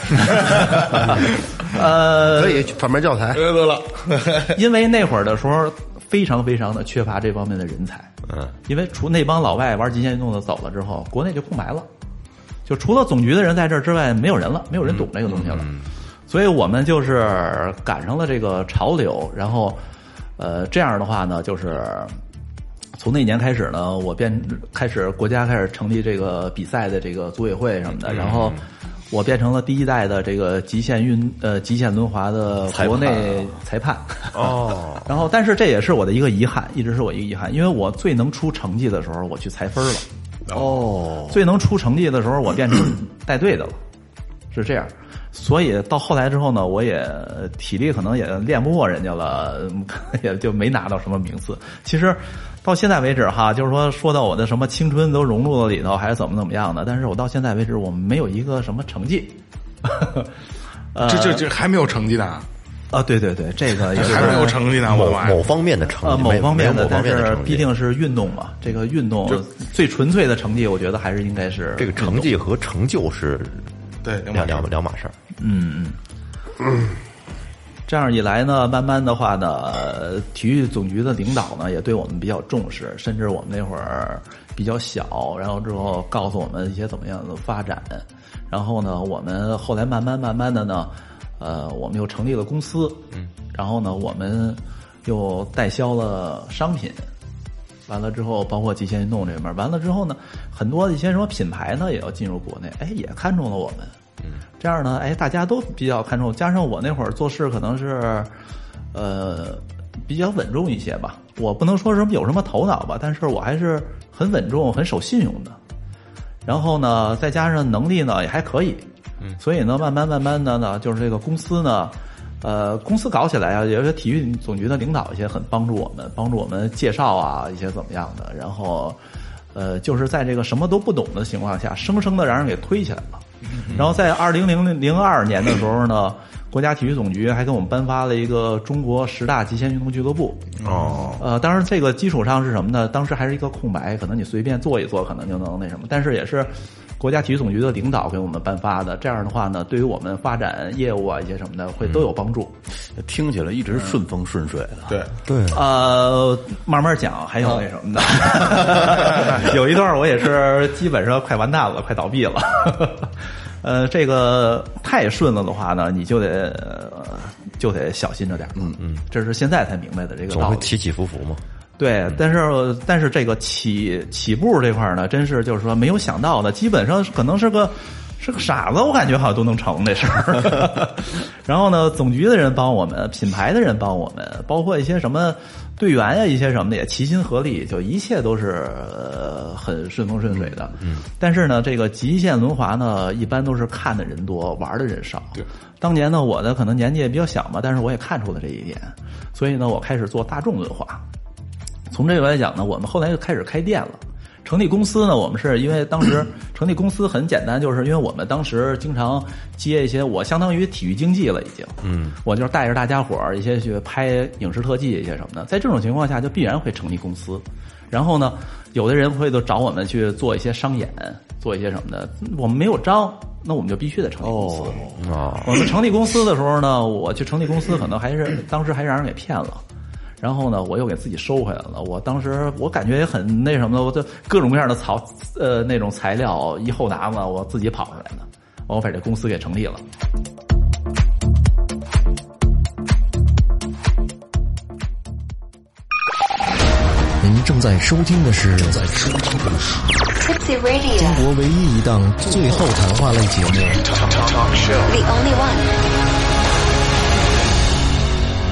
S9: 呃，
S1: 可以反面教材。
S5: 得了，
S9: [laughs] 因为那会儿的时候非常非常的缺乏这方面的人才，
S3: 嗯，
S9: 因为除那帮老外玩极限运动的走了之后，国内就空白了，就除了总局的人在这儿之外，没有人了，没有人懂这个东西了，所以我们就是赶上了这个潮流，然后，呃，这样的话呢，就是从那一年开始呢，我变开始国家开始成立这个比赛的这个组委会什么的，然后我变成了第一代的这个极限运呃极限轮滑的国内裁判
S3: [laughs]
S9: 哦。然后，但是这也是我的一个遗憾，一直是我一个遗憾，因为我最能出成绩的时候，我去裁分了。哦，最能出成绩的时候，我变成带队的了。是这样。所以到后来之后呢，我也体力可能也练不过人家了， [laughs] 嗯也就没拿到什么名次。其实到现在为止哈，就是说说到我的什么青春都融入了里头，还是怎么怎么样的，但是我到现在为止我没有一个什么成绩。 [laughs] 呃
S5: 这这这还没有成绩呢，
S9: 啊，对对 [laughs] 对，这个也是
S5: 还没有成绩呢，我
S3: 某
S5: 妈呀
S3: 某方面的成
S9: 呃
S3: 绩，
S9: 某
S3: 没有
S9: 方面
S3: 没有
S9: 的，
S3: 某方
S9: 但
S3: 面的
S9: 是
S3: 成绩
S9: 毕竟是运动嘛，这个运动最纯粹的成绩，我觉得还是应该是
S3: 这个成绩和成就是
S5: 对，
S3: 两
S5: 两码事
S3: 两两码事儿。
S9: 这样一来呢，慢慢的话呢，呃体育总局的领导呢也对我们比较重视，甚至我们那会儿比较小，然后之后告诉我们一些怎么样的发展，然后呢，我们后来慢慢慢慢的呢，呃，我们又成立了公司，嗯，然后呢，我们又代销了商品，完了之后，包括极限运动这边儿，完了之后呢，很多一些什么品牌呢也要进入国内，哎，也看中了我们。嗯，这样呢，哎，大家都比较看重，加上我那会儿做事可能是，呃，比较稳重一些吧。我不能说什么有什么头脑吧，但是我还是很稳重、很守信用的。然后呢，再加上能力呢也还可以，嗯，所以呢，慢慢慢慢的呢，就是这个公司呢，呃，公司搞起来啊，也是体育总局的领导一些很帮助我们，帮助我们介绍啊一些怎么样的，然后，呃，就是在这个什么都不懂的情况下，生生的让人给推起来了。然后在二零零零二年的时候呢，国家体育总局还给我们颁发了一个中国十大极限运动俱乐部，
S5: 哦，
S9: 呃，当然这个基础上是什么呢？当时还是一个空白，可能你随便做一做，可能就能那什么。但是也是国家体育总局的领导给我们颁发的，这样的话呢，对于我们发展业务啊一些什么的，会都有帮助。
S4: 听起来一直顺风顺水的。
S5: 对，
S10: 啊
S9: 呃，慢慢讲，还有那什么的， [laughs] 有一段我也是基本上快完蛋了，快倒闭了。 [laughs] 呃，这个太顺了的话呢，你就得、呃就得小心着点。嗯嗯，这是现在才明白的这个
S3: 总
S9: 道
S3: 会
S9: 理。
S3: 起起伏伏嘛。
S9: 对，但是但是这个起起步这块儿呢，真是就是说没有想到的，基本上可能是个是个傻子，我感觉好像都能成这事 [laughs] 儿。然后呢，总局的人帮我们，品牌的人帮我们，包括一些什么队员呀、一些什么的也齐心合力，就一切都是、呃、很顺风顺水的。嗯，但是呢，这个极限轮滑呢，一般都是看的人多，玩的人少。对，当年呢，我呢可能年纪也比较小嘛，但是我也看出了这一点，所以呢，我开始做大众轮滑。从这个来讲呢，我们后来就开始开店了。成立公司呢，我们是因为当时成立公司很简单，就是因为我们当时经常接一些，我相当于体育经济了已经。嗯，我就是带着大家伙儿一些去拍影视特技一些什么的，在这种情况下就必然会成立公司。然后呢，有的人会都找我们去做一些商演，做一些什么的，我们没有章，那我们就必须得成立公司。
S3: 啊，
S9: 我们成立公司的时候呢，我去成立公司，可能还是当时还让人给骗了。然后呢，我又给自己收回来了。我当时我感觉也很那什么的，我就各种各样的草呃那种材料一后拿嘛，我自己跑出来的。我把这公司给成立了。
S11: 您正在收听的是正在收听的是
S12: Tipsy Radio,
S11: 中国唯一一档最后谈话类节目
S12: the only one.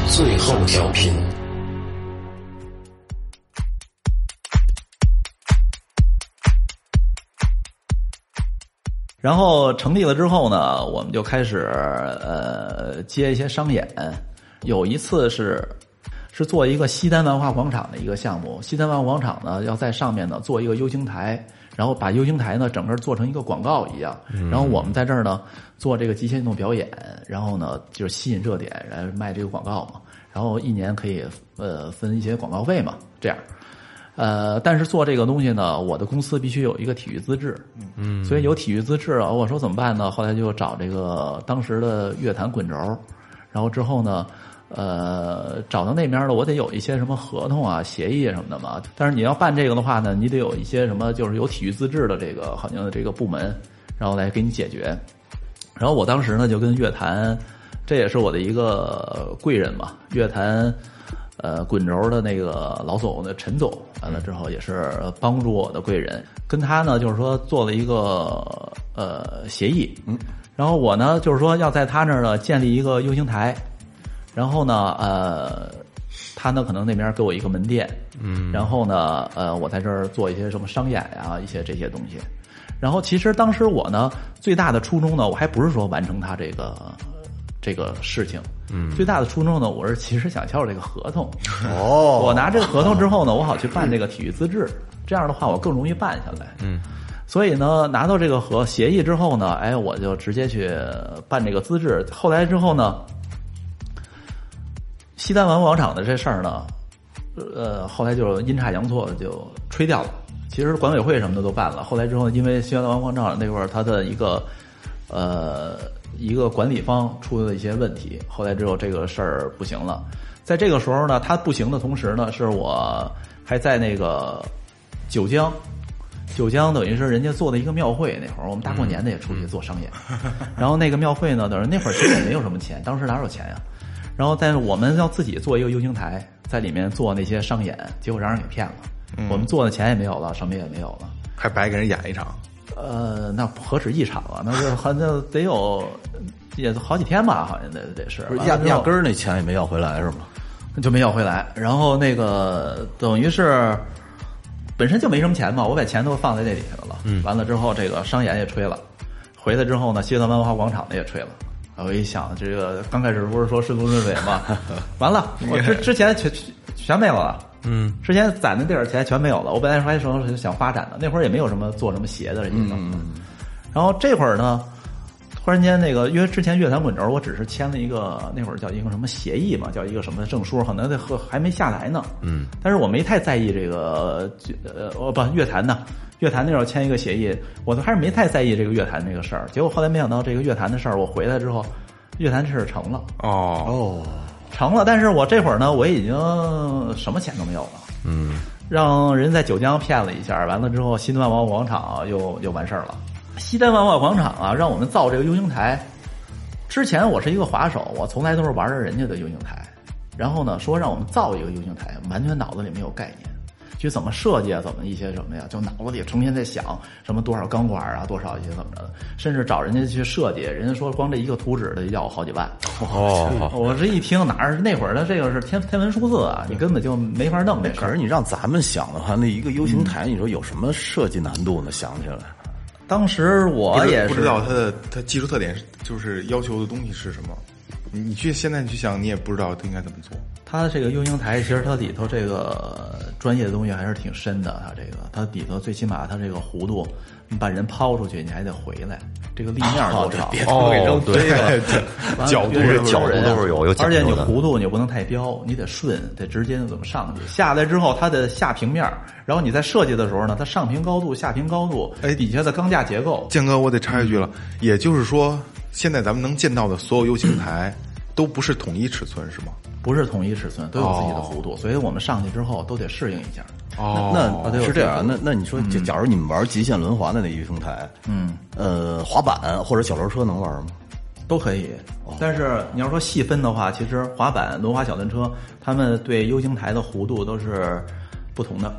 S11: 《最后调频》。
S9: 然后成立了之后呢，我们就开始呃接一些商演。有一次是是做一个西单文化广场的一个项目，西单文化广场呢要在上面呢做一个 U 型台，然后把 U 型台呢整个做成一个广告一样。然后我们在这儿呢做这个极限运动表演，然后呢就是吸引热点，然后卖这个广告嘛。然后一年可以呃分一些广告费嘛，这样。呃，但是做这个东西呢，我的公司必须有一个体育资质，嗯，所以有体育资质啊，我说怎么办呢？后来就找这个当时的乐坛滚轴，然后之后呢，呃，找到那边了，我得有一些什么合同啊、协议什么的嘛。但是你要办这个的话呢，你得有一些什么就是有体育资质的这个好像这个部门，然后来给你解决。然后我当时呢就跟乐坛，这也是我的一个贵人嘛，乐坛。呃，滚轴的那个老总的陈总，完了之后也是帮助我的贵人，跟他呢就是说做了一个呃协议，嗯，然后我呢就是说要在他那儿呢建立一个 U 型台，然后呢呃，他呢可能那边给我一个门店，嗯，然后呢呃我在这儿做一些什么商演啊，一些这些东西，然后其实当时我呢最大的初衷呢，我还不是说完成他这个这个事情，嗯，最大的初衷呢，我是其实想销售这个合同。哦，我拿这个合同之后呢，我好去办这个体育资质，这样的话我更容易办下来。嗯，所以呢，拿到这个合协议之后呢，哎，我就直接去办这个资质。后来之后呢，西单文化广场的这事儿呢，呃，后来就阴差阳错地就吹掉了。其实管委会什么的都办了，后来之后，因为西单文化广场那块儿它的一个呃一个管理方出了一些问题，后来之后这个事儿不行了。在这个时候呢，它不行的同时呢，是我还在那个九江。九江等于是人家做的一个庙会，那会儿我们大过年的也出去做商演，
S4: 嗯
S9: [laughs] 然后那个庙会呢，等于那会儿其实也没有什么钱，当时哪有钱呀、然后但是我们要自己做一个 U 型台，在里面做那些商演，结果让人给骗了，
S4: 嗯
S9: 我们做的钱也没有了，什么也没有了。
S5: 还白给人演一场，
S9: 呃，那不何止一场啊，那是好像得有也好几天吧，好像得得是，
S4: 不是
S9: 完了
S4: 压
S9: 之后
S4: 压根儿那钱也没要回来是吗？
S9: 就没要回来。然后那个等于是本身就没什么钱嘛，我把钱都放在那里头了。嗯，完了之后这个商演也吹了，回来之后呢，西单文化广场的也吹了。我一想，这个刚开始不是说顺路顺水 [laughs] 嘛，完了，我之之前全全没有了。嗯，之前攒的地儿钱全没有了。我本来说还说想发展的，那会儿也没有什么做什么鞋的这些东西。然后这会儿呢，突然间那个，因为之前乐坛滚轴，我只是签了一个那会儿叫一个什么协议嘛，叫一个什么证书，可能那和还没下来呢。嗯，但是我没太在意这个，呃，哦不，乐坛呢，乐坛那时候签一个协议，我都还是没太在意这个乐坛这个事儿。结果后来没想到这个乐坛的事儿，我回来之后，乐坛这事儿成了。
S5: 哦，
S9: 成了，但是我这会儿呢，我已经什么钱都没有了。嗯，让人在九江骗了一下，完了之后，西单万华广场又又完事儿了。西单万华广场啊，让我们造这个 U 型台。之前我是一个滑手，我从来都是玩着人家的 U 型台，然后呢说让我们造一个 U 型台，完全脑子里没有概念，就怎么设计啊，怎么一些什么呀，就脑子里成天在想什么多少钢管啊，多少一些怎么着的，甚至找人家去设计，人家说光这一个图纸的要我好几万。
S4: 哦，
S9: 我这一听哪儿那会儿的这个是天天文数字啊，你根本就没法弄这事
S4: 可是
S9: 儿。
S4: 你让咱们想的话，那一个 U 型台，你说有什么设计难度呢？想起来，
S9: 当时我
S5: 不知
S9: 也
S5: 不
S9: 是
S5: 知道它的它技术特点是就是要求的东西是什么。你你去现在你去想，你也不知道它应该怎么做。
S9: 它这个 U 型台，其实它里头这个专业的东西还是挺深的。它这个，它里头最起码它这个弧度，你把人抛出去，你还得回来，这个立面多少？
S5: 哦，对对，角度
S9: 是
S3: 啊角度都是有有讲
S9: 而
S3: 究
S9: 且你
S3: 的。
S9: 弧度你也不能太标，你得顺，得直接怎么上去。下来之后，它的下平面儿，然后你在设计的时候呢，它上平高度、下平高度，
S5: 哎
S9: 底下的钢架结构，
S5: 建哥，我得插一句了，也就是说，现在咱们能见到的所有 U 型台都不是统一尺寸，是吗？
S9: 不是统一尺寸，都有自己的
S3: 哦
S9: 弧度，所以我们上去之后都得适应一下。
S5: 哦
S4: 那那是这哦样啊，那那你说，就假如你们玩极限轮滑的那 U 型台，嗯，呃，滑板或者小轮车能玩吗？
S9: 都可以。但是你要说细分的话，其实滑板、轮滑、小轮车，他们对 U 型台的弧度都是不同的。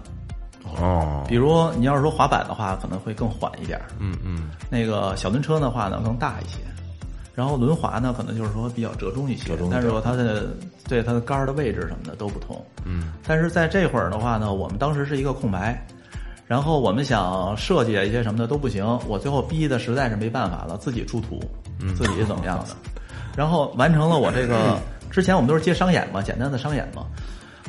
S9: 哦，比如你要是说滑板的话，可能会更缓一点。嗯嗯，那个小轮车的话呢，更大一些。然后轮滑呢，可能就是说比较折中一些，但是说它的对它的杆儿的位置什么的都不同。嗯，但是在这会儿的话呢，我们当时是一个空白，然后我们想设计啊一些什么的都不行，我最后逼的实在是没办法了，自己出图，自己怎么样的，然后完成了我这个之前我们都是接商演嘛，简单的商演嘛，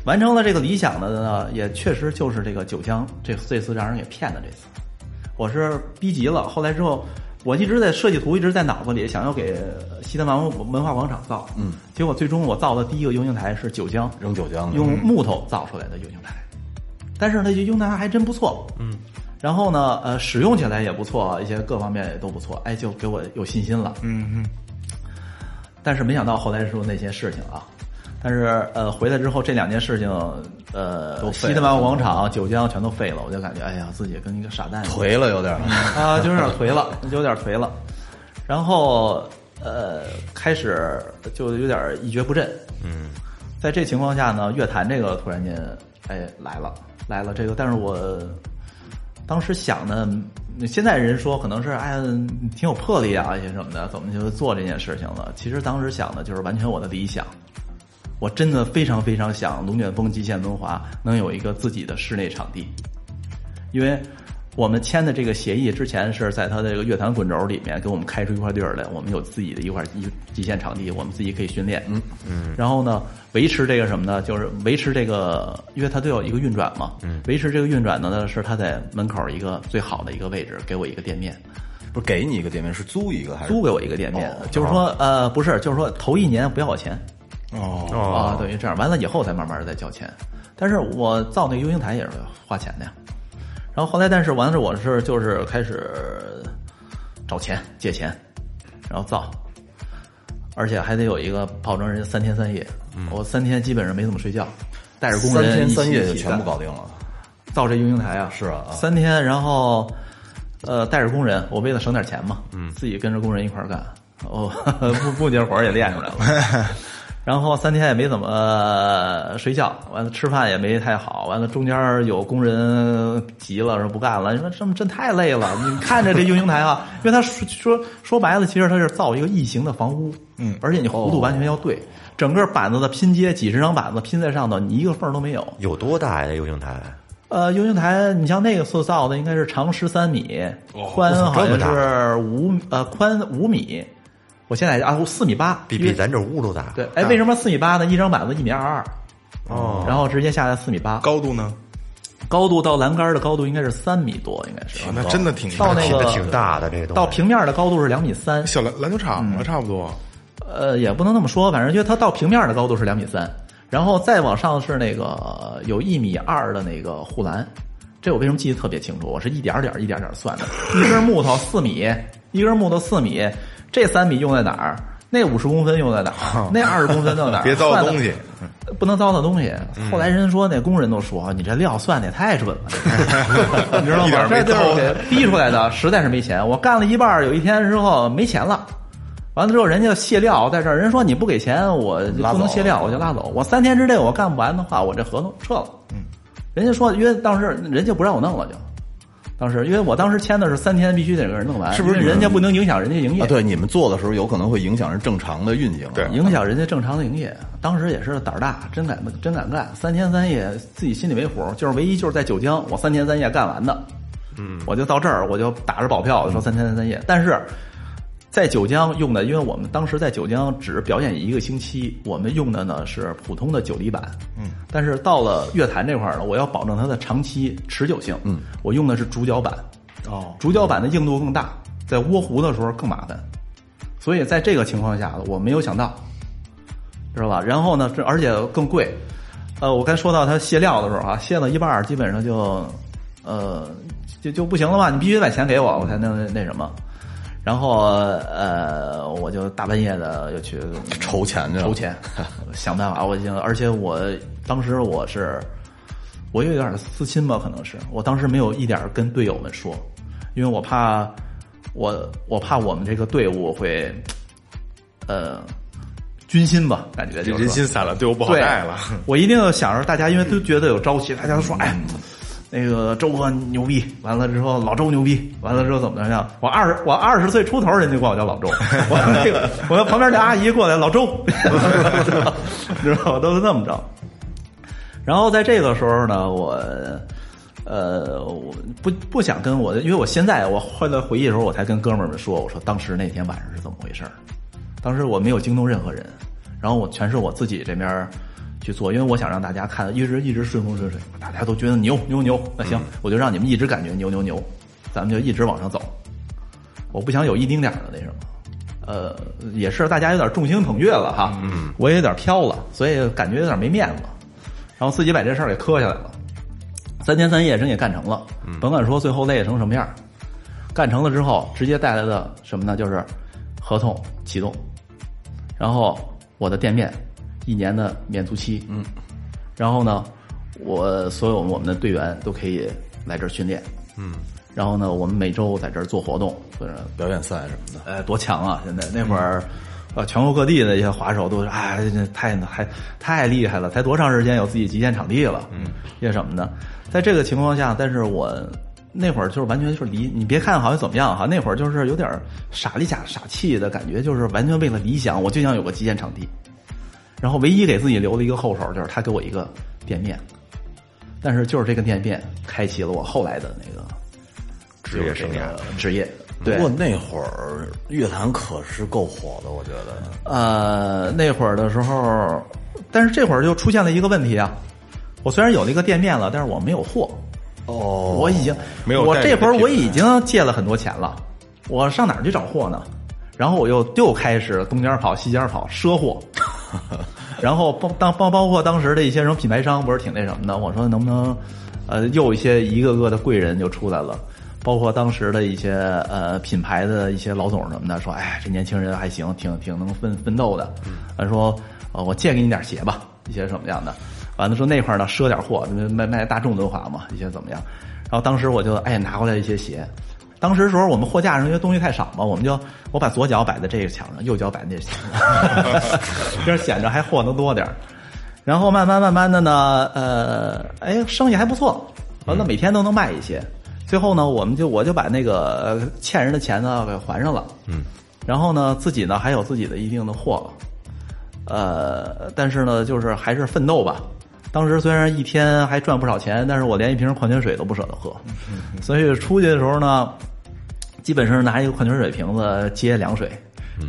S9: 完成了这个理想的呢，也确实就是这个九江这这次让人给骗的这次，我是逼急了，后来之后。我一直在设计图，一直在脑子里想要给西单文文化广场造，嗯，结果最终我造的第一个游行台是九江，
S4: 扔九
S5: 嗯
S4: 江的，
S9: 用木头造出来的游行台，但是呢，游行台还真不错，嗯，然后呢，呃，使用起来也不错，一些各方面也都不错，哎，就给我有信心了，
S5: 嗯嗯，
S9: 但是没想到后来说那些事情啊，但是呃，回来之后这两件事情，呃，西单文化广场、九江全都废了，我就感觉哎呀，自己跟一个傻蛋一样。
S4: 颓了有点儿。
S9: 啊，就有点颓了，就有点颓了。然后呃，开始就有点一蹶不振。嗯，在这情况下呢，乐坛这个突然间哎来了来了这个，但是我当时想呢，现在人说可能是哎呀你挺有魄力啊一些什么的，怎么就做这件事情了？其实当时想的就是完全我的理想。我真的非常非常想龙卷风极限文华能有一个自己的室内场地，因为我们签的这个协议之前是在他的这个乐坛滚轴里面给我们开出一块地儿来，我们有自己的一块一极限场地，我们自己可以训练。嗯嗯。然后呢，维持这个什么呢？就是维持这个，因为它都有一个运转嘛。嗯。维持这个运转呢，是他在门口一个最好的一个位置，给我一个店面。
S4: 不是给你一个店面，是租一个还是
S9: 租给我一个店面，
S4: 哦
S9: 就是说，呃，不是，就是说头一年不要我钱，
S5: 哦，
S9: 啊，等于这样，完了以后才慢慢的再交钱。但是我造那个 U 型台也是花钱的呀。然后后来，但是完了，我是就是开始找钱借钱，然后造，而且还得有一个保证人三天三夜。我三天基本上没怎么睡觉，带着工
S4: 嗯三
S9: 人
S4: 天
S9: 一起
S4: 三夜
S9: 一
S4: 就
S9: 起
S4: 全部
S9: 干
S4: 搞定了？
S9: 造这 U 型台啊，
S4: 是啊啊
S9: 三天，然后呃带着工人，我为了省点钱嘛，嗯，自己跟着工人一块儿干，哦， [laughs] 木木匠活儿也练出来
S4: [laughs]
S9: 了，然后三天也没怎么、呃睡觉，完了吃饭也没太好，完了中间儿有工人急了说不干了，你说这么真太累
S4: [laughs]
S9: 了，你看着这 U 型台啊， [laughs] 因为他说说说白了，其实他是造一个异形的房屋，嗯，而且你弧度完全要对。整个板子的拼接，几十张板子拼在上头，你一个缝儿都没有。
S10: 有多大呀？游行台？
S9: 呃，游行台，你像那个塑造的应该是长十三米，
S10: 哦
S9: 宽好像是五呃宽五米，我现在啊四米八，
S10: 比
S9: 因
S10: 比
S9: 为
S10: 咱这屋都大。
S9: 对，哎，为什么四米八呢？一张板子一米二二，
S10: 哦，
S9: 然后直接下来四米八，
S5: 高度呢？
S9: 高度到栏杆的高度应该是三米多，应该是
S5: 啊，那真的挺
S9: 到那
S10: 挺
S9: 个
S10: 挺大的这个东西。
S9: 呃到平面的高度是两米三，
S5: 小篮篮球场
S4: 嗯
S5: 了，差不多。
S9: 呃，也不能那么说，反正因为它到平面的高度是两米三，然后再往上是那个呃有一米二的那个护栏，这我为什么记得特别清楚？我是一点儿点儿一点儿点儿算的，一根木头四米，一根木头四米，这三米用在哪儿？那五十公分用在哪儿？那二十公分用在哪
S5: [laughs]
S9: 儿？
S5: 别糟蹋
S9: 算的
S5: 东西，
S9: 不能糟蹋东西。后来人说那工人都说你这料算的也太准了，你知道
S5: 一点
S9: 吗
S5: 儿？没
S9: 这就
S5: 糟
S9: 是
S5: 蹋
S9: 给逼出来的，实在是没钱。我干了一半儿，有一天之后没钱了。完了之后，人家卸料在这儿，人说你不给钱，我就不能卸料，我就拉走。我三天之内我干不完的话，我这合同撤了。嗯，人家说，因为当时人家不让我弄了，就当时因为我当时签的是三天必须得给人弄完，
S4: 是不是
S9: 因为人家不能影响人家营业？
S4: 啊，对，你们做的时候有可能会影响人正常的运营啊。
S5: 对
S9: 影响人家正常的营业。当时也是胆儿大，真敢真敢干，三天三夜自己心里没谱，就是唯一就是在九江，我三天三夜干完的。嗯，我就到这儿，我就打着保票，我说三天三夜。但是在九江用的，因为我们当时在九江只表演一个星期，我们用的呢是普通的九厘板。嗯，但是到了乐坛这块儿呢，我要保证它的长期持久性。嗯，我用的是竹角板。哦，竹角板的硬度更大，在窝糊的时候更麻烦。所以在这个情况下，我没有想到，知道吧？然后呢，这而且更贵。呃，我刚说到它卸料的时候啊，卸到一半儿基本上就，呃，就就不行了吧？你必须把钱给我，我才能那什么。然后呃，我就大半夜的又去
S4: 筹钱去了
S9: 筹钱， [laughs] 想办法。我已经，而且我当时我是，我有点私心吧，可能是我当时没有一点儿跟队友们说，因为我怕我我怕我们这个队伍会，呃，军心吧，感觉就是
S5: 人心散了，队伍不好
S9: 对
S5: 带了。
S9: [laughs] 我一定要想着大家，因为都觉得有朝气，大家都说
S5: 嗯
S9: 哎。那个周哥牛逼，完了之后老周牛逼，完了之后怎么怎么样？我二十我二十岁出头，人就管我叫老
S5: [laughs]
S9: 周。我那个我旁边那阿姨过来，老周， [laughs] 你知道吗？都是这么着。然后在这个时候呢，我呃，我不不想跟我的，因为我现在我后来回忆的时候，我才跟哥们儿们说，我说当时那天晚上是怎么回事儿。当时我没有惊动任何人，然后我全是我自己这边儿去做，因为我想让大家看，一直一直顺风顺水，大家都觉得牛牛牛，那行，我就让你们一直感觉牛牛牛，咱们就一直往上走。我不想有一丁点儿的那什么。呃，也是大家有点众星捧月了哈，嗯，我也有点飘了，所以感觉有点没面子，然后自己把这事儿给磕下来了，三天三夜真给干成了，甭管说最后累成什么样儿，干成了之后直接带来的什么呢？就是合同启动，然后我的店面一年的免租期，嗯，然后呢，我所有我们的队员都可以来这儿训练，嗯，然后呢，我们每周在这儿做活动，或者
S4: 表演赛什么的。
S9: 哎，多强啊！现在那会儿，呃，全国各地的一些滑手都是，哎，这太还太厉害了，才多长时间有自己极限场地了，嗯，些什么的。在这个情况下，但是我那会儿就是完全就是离你别看好像怎么样哈，那会儿就是有点傻里傻傻气的感觉，就是完全为了理想，我就想有个极限场地。然后唯一给自己留的一个后手就是他给我一个店面，但是就是这个店面开启了我后来的那个职业生涯，嗯职业。对，
S4: 不过那会儿乐坛可是够火的，我觉得。
S9: 呃，那会儿的时候，但是这会儿就出现了一个问题啊。我虽然有了一个店面了，但是我没有货。哦，我已经
S5: 没有
S9: 我
S5: 带
S9: 这
S5: 着
S9: 会儿
S5: 品
S9: 我
S5: 牌
S9: 已经借了很多钱了，我上哪儿去找货呢？然后我又又开始东家跑西家跑赊货，然后包当包包括当时的一些什么品牌商不是挺那什么的，我说能不能，呃，又一些一个个的贵人就出来了，包括当时的一些呃品牌的一些老总什么的，说哎这年轻人还行，挺挺能奋奋斗的，呃说呃我借给你点鞋吧，一些什么样的，完了说那块儿呢赊点货，卖卖大众文化嘛，一些怎么样，然后当时我就哎拿过来一些鞋。当时时候我们货架上因为东西太少嘛，我们就我把左脚摆在这个墙上，右脚摆在那个墙上， [laughs] 这样显着还货能多点儿。然后慢慢慢慢的呢，呃，哎，生意还不错，完了每天都能卖一些。最后呢，我们就我就把那个呃欠人的钱呢给还上了，嗯，然后呢自己呢还有自己的一定的货，呃，但是呢就是还是奋斗吧。当时虽然一天还赚不少钱，但是我连一瓶矿泉水都不舍得喝，所以出去的时候呢，基本上拿一个矿泉水瓶子接凉水，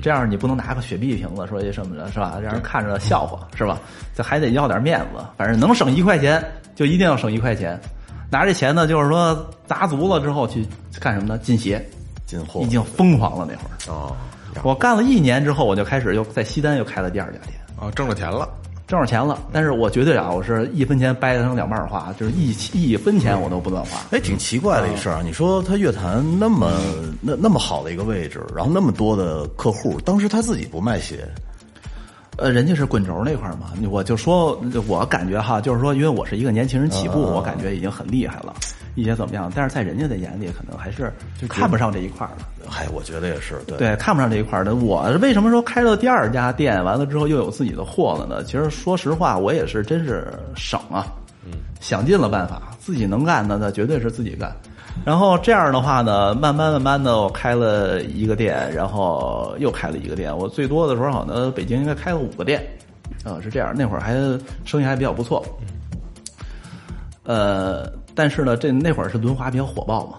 S9: 这样你不能拿个雪碧瓶子说一什么的，是吧？让人看着笑话，是吧？这还得要点面子，反正能省一块钱就一定要省一块钱。拿这钱呢，就是说砸足了之后去干什么呢？进鞋，
S4: 进货啊
S9: 已经疯狂了那会儿。
S10: 哦，
S9: 我干了一年之后，我就开始又在西单又开了第二家店。
S5: [laughs] 啊，挣了钱了，
S9: 挣着钱了，但是我绝对啊，我是一分钱掰成两半儿花，就是一一分钱我都不乱花。
S4: 哎，挺奇怪的一事儿啊！你说他乐坛那么那那么好的一个位置，然后那么多的客户，当时他自己不卖鞋，
S9: 呃，人家是滚轴那块儿嘛，我就说，我感觉哈，就是说，因为我是一个年轻人起步，我感觉已经很厉害了，一些怎么样？但是在人家的眼里，可能还是看不上这一块儿的。
S4: 嗨，哎我觉得也是，对，
S9: 对，看不上这一块儿的。我为什么说开了第二家店，完了之后又有自己的货了呢？其实说实话，我也是真是省啊，想尽了办法，自己能干的那绝对是自己干。然后这样的话呢，慢慢慢慢的，我开了一个店，然后又开了一个店。我最多的时候好像北京应该开了五个店，啊、是这样。那会儿还生意还比较不错，呃，但是呢，这那会儿是轮滑比较火爆嘛，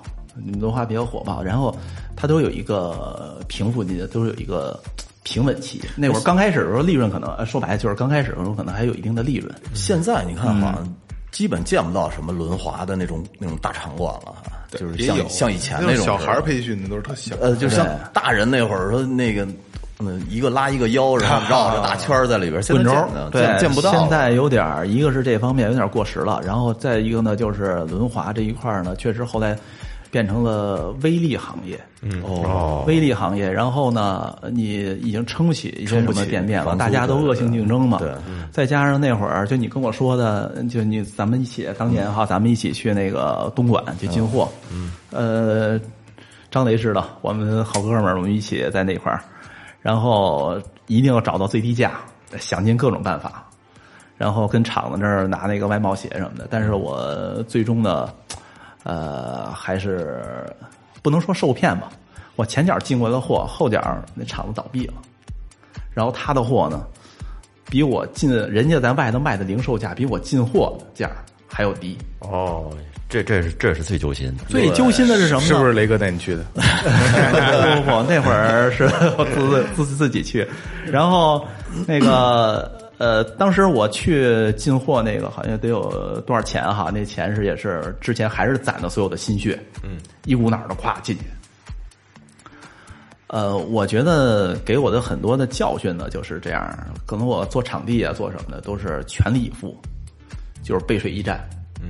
S9: 轮滑比较火爆，然后它都有一个平复期，都是有一个平稳期。那会儿刚开始的时候，利润可能呃说白了就是刚开始的时候可能还有一定的利润，
S4: 现在你看好像基本见不到什么轮滑的那种那种大场馆了，就是
S5: 也有啊
S4: 像像以前
S5: 那
S4: 种
S5: 小孩儿
S4: 似的
S5: 培训的都是特小，
S4: 呃，就像大人那会儿说那个，嗯，一个拉一个腰，然后绕着大圈儿在里边，现在
S9: 滚轴
S4: 见不到
S9: 呃对
S4: 见见不到了。
S9: 现在有点儿，一个是这方面有点儿过时了，然后再一个呢，就是轮滑这一块儿呢，确实后来变成了微利行业。嗯哦，微利行业，然后呢，你已经撑不起一些什么店面了，
S4: 房租
S9: 大家都
S4: 对
S9: 恶性竞争嘛。
S4: 对
S9: 再加上那会儿，就你跟我说的，就你咱们一起当年哈，咱们一起去那个东莞去进货。嗯，呃。张雷知道，我们好哥们儿，我们一起在那块儿，然后一定要找到最低价，想尽各种办法，然后跟厂子那儿拿那个外贸鞋什么的。但是我最终呢，呃，还是不能说受骗吧，我前脚进过的货，后脚那厂子倒闭了，然后他的货呢，比我进人家在外头卖的零售价，比我进货的价儿还有迪。
S10: 哦，这这是这是最揪心的，
S9: 最揪心的是什么呢？
S5: 是不是雷哥带你去的？
S9: 不不不，那会儿是我自自自己去，然后那个呃，当时我去进货那个好像得有多少钱哈？那钱是也是之前还是攒的所有的心血，嗯，一股脑儿的咵进去。呃，我觉得给我的很多的教训呢就是这样，可能我做场地啊做什么的都是全力以赴，就是背水一战，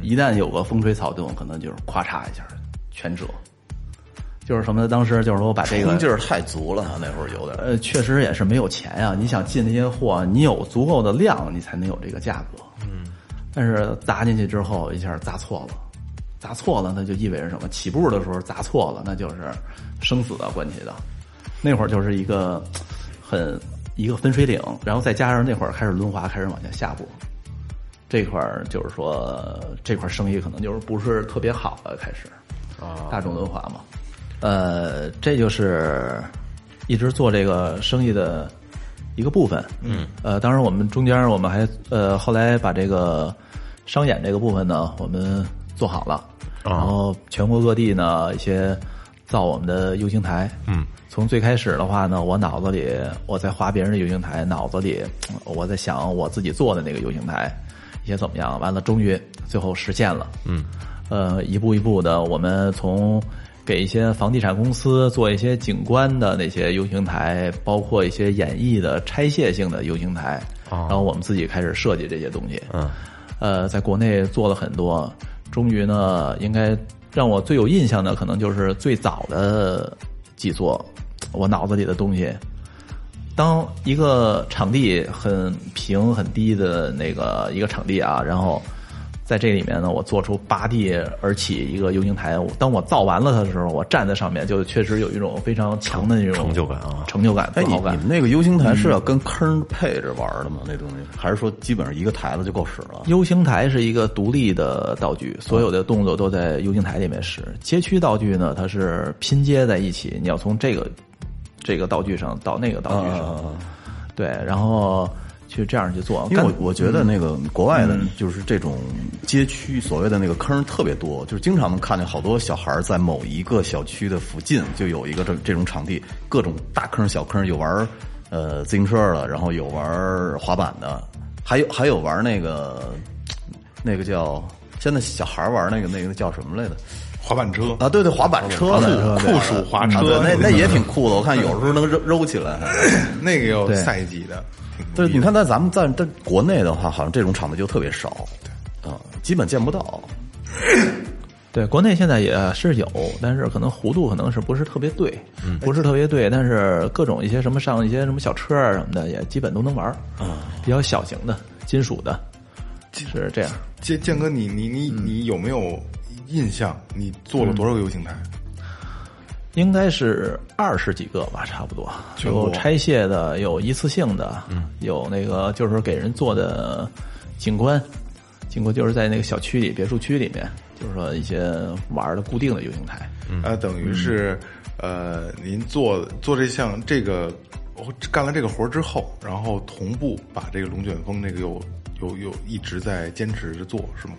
S9: 一旦有个风吹草动，可能就是咵嚓一下全折。就是什么呢？当时就是说我把这个
S4: 冲劲儿太足了，那会儿有点。
S9: 呃，确实也是没有钱呀、你想进那些货，你有足够的量，你才能有这个价格。嗯，但是砸进去之后，一下砸错了，砸错了，那就意味着什么？起步的时候砸错了，那就是生死啊，关系的。那会儿就是一个很一个分水岭，然后再加上那会儿开始轮滑，开始往下下步。这块儿就是说，这块儿生意可能就是不是特别好了，开始，啊，大众轮滑嘛，呃，这就是一直做这个生意的一个部分，嗯，呃，当然我们中间我们还呃后来把这个商演这个部分呢，我们做好了，然后全国各地呢一些造我们的 U 型台，嗯，从最开始的话呢，我脑子里我在画别人的 U 型台，脑子里我在想我自己做的那个 U 型台。一些怎么样？完了，终于最后实现了。嗯，呃，一步一步的，我们从给一些房地产公司做一些景观的那些 U 型台，包括一些演绎的拆卸性的 U 型台，然后我们自己开始设计这些东西。哦嗯，呃，在国内做了很多，终于呢，应该让我最有印象的，可能就是最早的几座，我脑子里的东西。当一个场地很平很低的那个一个场地啊，然后在这里面呢，我做出拔地而起一个 U 型台。我当我造完了它的时候，我站在上面，就确实有一种非常强的那种
S10: 成就感啊
S9: 成就感、自
S4: 哎，你
S9: 豪
S4: 你
S9: 感
S4: 们。那个 U 型台是要跟坑配着玩的吗？那东西还是说基本上一个台子就够使了？
S9: U 型台是一个独立的道具，所有的动作都在 U 型台里面使。街区道具呢，它是拼接在一起，你要从这个这个道具上到那个道
S4: 啊
S9: 具上，
S4: 呃
S9: 对，然后去这样去做。
S4: 因为
S9: 干
S4: 我我觉得那个国外的，就是这种街区所谓的那个坑特别多，就是经常能看见好多小孩在某一个小区的附近就有一个这这种场地，各种大坑小坑，有玩呃自行车的，然后有玩滑板的，还有还有玩那个那个叫现在小孩玩那个那个叫什么来着？
S5: 滑板车
S4: 啊，对对，滑板车的
S5: 酷酷暑滑车
S4: 啊对那那也挺酷的。我看有时候能揉揉起来。
S5: 那个有赛季的，
S4: 对，你看在咱们在在国内的话，好像这种场子就特别少，啊、基本见不到。
S9: 对，国内现在也是有，但是可能弧度可能是不是特别对，
S4: 嗯
S9: 不是特别对。但是各种一些什么上一些什么小车啊什么的，也基本都能玩啊，比较小型的金属的，是这样。
S5: 建建哥，你你
S4: 嗯
S5: 你你有没有印象？你做了多少个 U 型台？
S9: 应该是二十几个吧，差不多。
S5: 全国嗯
S9: 有拆卸的，有一次性的，有那个就是给人做的景观，景观就是在那个小区里、别墅区里面，就是说一些玩的固定的游行台。
S5: 呃，等
S9: 嗯
S5: 于是呃，您做做这项这个干了这个活儿之后，然后同步把这个龙卷风这个又又又一直在坚持着做，是吗？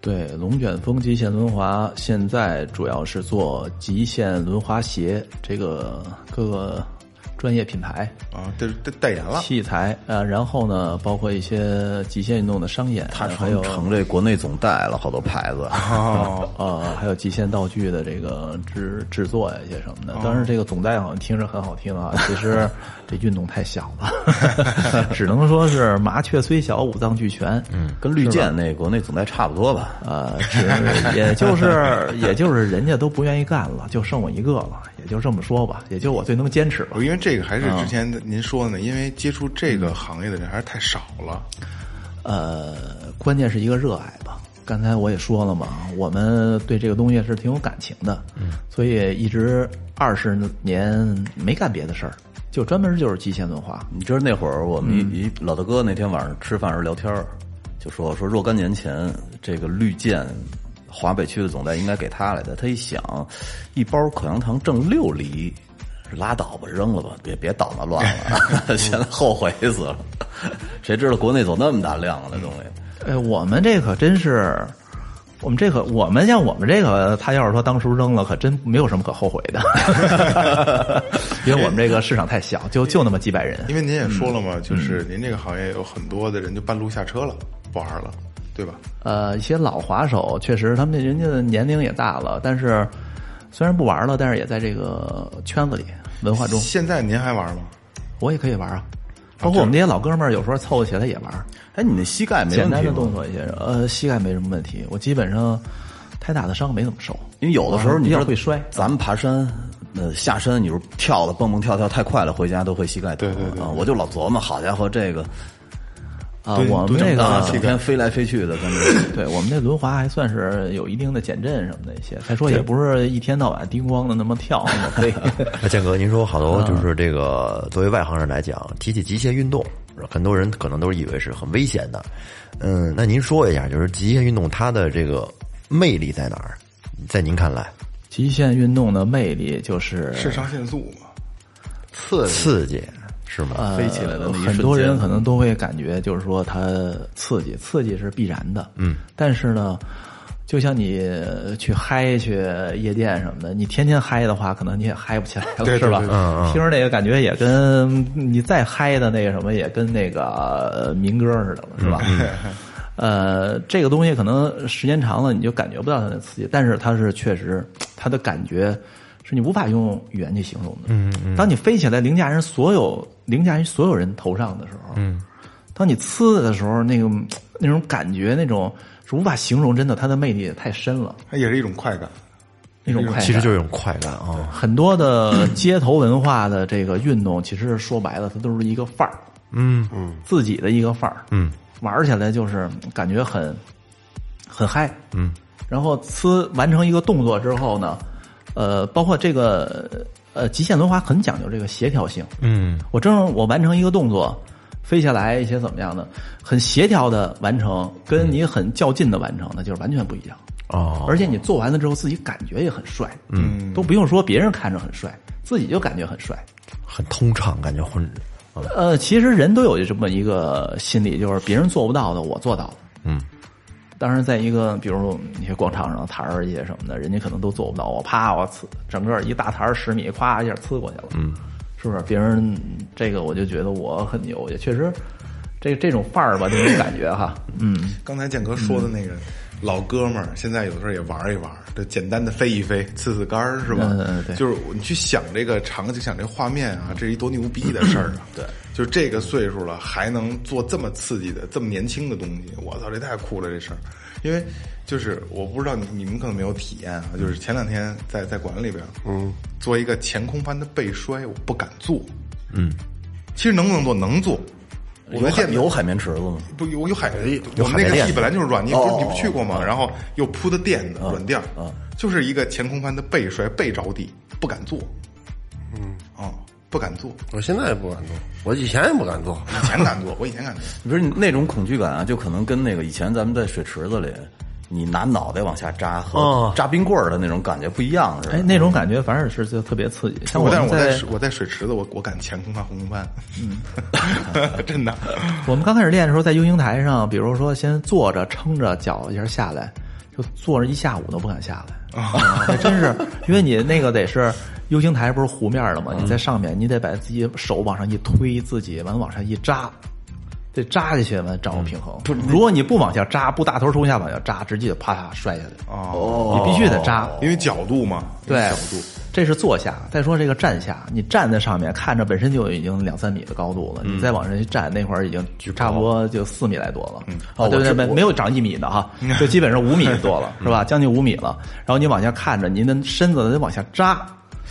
S9: 对，龙卷风极限轮滑现在主要是做极限轮滑鞋这个各个专业品牌
S5: 啊，这这代言了，
S9: 器材，呃，然后呢，包括一些极限运动的商演，
S4: 他
S9: 还有啊
S4: 成成这国内总代了好多牌子，
S9: 呃，还有极限道具的这个制制作呀，一些什么的。当然，这个总代好像听着很好听啊，其实这运动太小了，只能说是麻雀虽小，五脏俱全。嗯，
S4: [laughs] 跟绿箭那国内总代差不多吧？
S9: 呃，只也就是也就是人家都不愿意干了，就剩我一个了，也就这么说吧，也就我最能坚持吧。
S5: 因为这个还是
S9: 啊
S5: 之前您说的呢，因为接触这
S9: 嗯
S5: 个行业的人还是太少了。
S9: 呃，关键是一个热爱吧。刚才我也说了嘛，我们对这个东西是挺有感情的，所以一直二十年没干别的事儿，就专门就是极限轮滑。
S4: 你知道那会儿我
S9: 嗯
S4: 们一、一老大哥那天晚上吃饭时候聊天儿就说说若干年前这个绿箭华北区的总代应该给他来的，他一想一包口香糖挣六厘。拉倒吧，扔了吧，别别捣 [laughs] 那乱了，现在后悔死了。谁知道国内走那么大量呢？东西，
S9: 呃，我们这可真是，我们这可我们像我们这个，他要是说当初扔了，可真没有什么可后悔的，因为我们这个市场太小，就就那么几百人。
S5: 因为您也说了
S9: 嗯
S5: 嘛，就是您这个行业有很多的人就半路下车了，不玩了，对吧？
S9: 呃，一些老滑手确实，他们人家的年龄也大了，但是虽然不玩了，但是也在这个圈子里文化中，
S5: 现在您还玩吗？
S9: 我也可以玩啊。包括我们这些老哥们儿，有时候凑合起来也玩，
S4: 哎，你那膝盖没问
S9: 简
S4: 题吗
S9: 单的动，作一些。呃，膝盖没什么问题，我基本上太大的伤没怎么受，
S4: 因为有的时候你
S9: 比
S4: 知道
S9: 较啊会摔。
S4: 咱们爬山，呃，下山有时候跳的蹦蹦跳跳太快了，回家都会膝盖
S5: 对
S4: 疼。
S5: 对对
S4: 啊我就老琢磨，好家伙，这个
S9: 啊，
S5: 蹲
S9: 我们
S5: 蹲
S9: 这
S5: 啊
S9: 个
S4: 整天飞来飞去的，跟着。
S9: [laughs] 对我们这轮滑还算是有一定的减震什么的一些，再说也不是一天到晚叮咣的那么跳，可 [laughs] 以。
S10: 那建哥，您说好
S1: 嗯
S10: 多就是这个作为外行人来讲，提起极限运动，很多人可能都以为是很危险的。嗯，那您说一下，就是极限运动它的这个魅力在哪儿？在您看来，
S9: 极限运动的魅力就是
S5: 肾上腺素嘛，
S1: 刺激
S10: 刺激是吗？
S9: 呃
S4: 飞起来的那一
S9: 很多
S4: 瞬间
S9: 人可能都会感觉就是说它刺激，刺激是必然的。嗯，但是呢，就像你去嗨去夜店什么的，你天天嗨的话，可能你也嗨不起来了，
S5: 对对
S9: 是吧？
S5: 对
S10: 嗯嗯
S9: 听着那个感觉也跟你再嗨的那个什么，也跟那个呃民歌似的了，是吧？
S10: 嗯
S9: [laughs] 呃，这个东西可能时间长了你就感觉不到它的刺激，但是它是确实它的感觉是你无法用语言去形容的。嗯嗯。当你飞起来凌驾人所有凌驾于所有人头上的时候，嗯，当你呲的时候，那个那种感觉，那种是无法形容，真的，它的魅力太深了，
S5: 它也是一种快感。
S9: 那种快感。
S10: 哎其实就是一种快感啊、哦
S9: 很多的街头文化的这个运动，其实说白了，它都是一个范儿，
S10: 嗯
S9: 嗯，自己的一个范儿，
S10: 嗯，
S9: 玩起来就是感觉很很嗨，嗯，然后呲完成一个动作之后呢，呃，包括这个呃极限轮滑很讲究这个协调性，
S10: 嗯，
S9: 我正我完成一个动作。飞下来一些怎么样的，很协调的完成，跟你很较劲的完成，那就是完全不一样。
S10: 哦，
S9: 而且你做完了之后，自己感觉也很帅，嗯，都不用说别人看着很帅，自己就感觉很帅。
S10: 很通畅，感觉混。啊
S9: 呃，其实人都有这么一个心理，就是别人做不到的，我做到了。
S10: 嗯，
S9: 当然，在一个比如一些广场上台儿一些什么的，人家可能都做不到，我啪，我呲，整个一大台儿十米，咵一下呲过去了。嗯，是不是？别人这个我就觉得我很牛，也确实，这这种范儿吧，这种感觉哈，嗯。
S5: 刚才建哥说的那个老哥们儿，现在有时候也玩一玩，这简单的飞一飞，刺刺杆儿是吧？
S9: 嗯嗯嗯对
S5: 就是你去想这个场景，想这个画面啊，这是一多牛逼的事儿啊！对，就是这个岁数了，还能做这么刺激的、这么年轻的东西，我操，这太酷了这事儿！因为就是我不知道你你们可能没有体验啊，就是前两天在在馆里边，嗯，做一个前空翻的背摔，我不敢做，
S10: 嗯，
S5: 其实能不能做？能做。我
S4: 有
S5: 们
S4: 海
S5: 店
S4: 有海绵池子吗？
S5: 不有有海绵，
S10: 有
S5: 我
S10: 海
S5: 们
S10: 绵
S5: 那个
S10: 垫子
S5: 地本来就是软，泥，不是
S4: 哦
S5: 你不去过吗？然后又铺的垫子、软垫儿，就是一个前空翻的背摔，背着地，不敢坐，嗯啊，不敢坐，
S1: 我现在也不敢做，我以前也不敢做。
S5: 以前敢坐，我以前敢坐，
S4: 你说你那种恐惧感啊，就可能跟那个以前咱们在水池子里，你拿脑袋往下扎和
S10: 哦
S4: 扎冰棍儿的那种感觉不一样，是吧？
S9: 哎，那种感觉反正是就特别刺激。像
S5: 我但
S9: 们
S5: 是我
S9: 在
S5: 在水我在水池子，我我敢前空翻、后空翻， [laughs] 真的，
S9: 我们刚开始练的时候，在 U 型台上，比如说先坐着撑着脚一下下来，就坐着一下午都不敢下来，啊、还真是，因为你那个得是 U 型台不是弧面的嘛，你在上面，你得把自己手往上一推，自己完了往上一扎。得扎下去，完了掌握平衡。嗯不，如果你不往下扎，不大头冲下往下扎，直接就啪嗒摔下去。哦，你必须得扎。
S5: 啊因为角度嘛，
S9: 对
S5: 角度，，
S9: 这是坐下。再说这个站下，你站在上面看着本身就已经两三米的高度了，你再往上去站，那会儿已经差不多就四米来多了。嗯，
S4: 哦
S9: 哦，对
S4: 我
S9: 对
S4: 知
S9: 对，
S4: 我
S9: 没有长一米的哈，就基本上五米多了，是吧？将近五米了。然后你往下看着，您的身子得往下扎，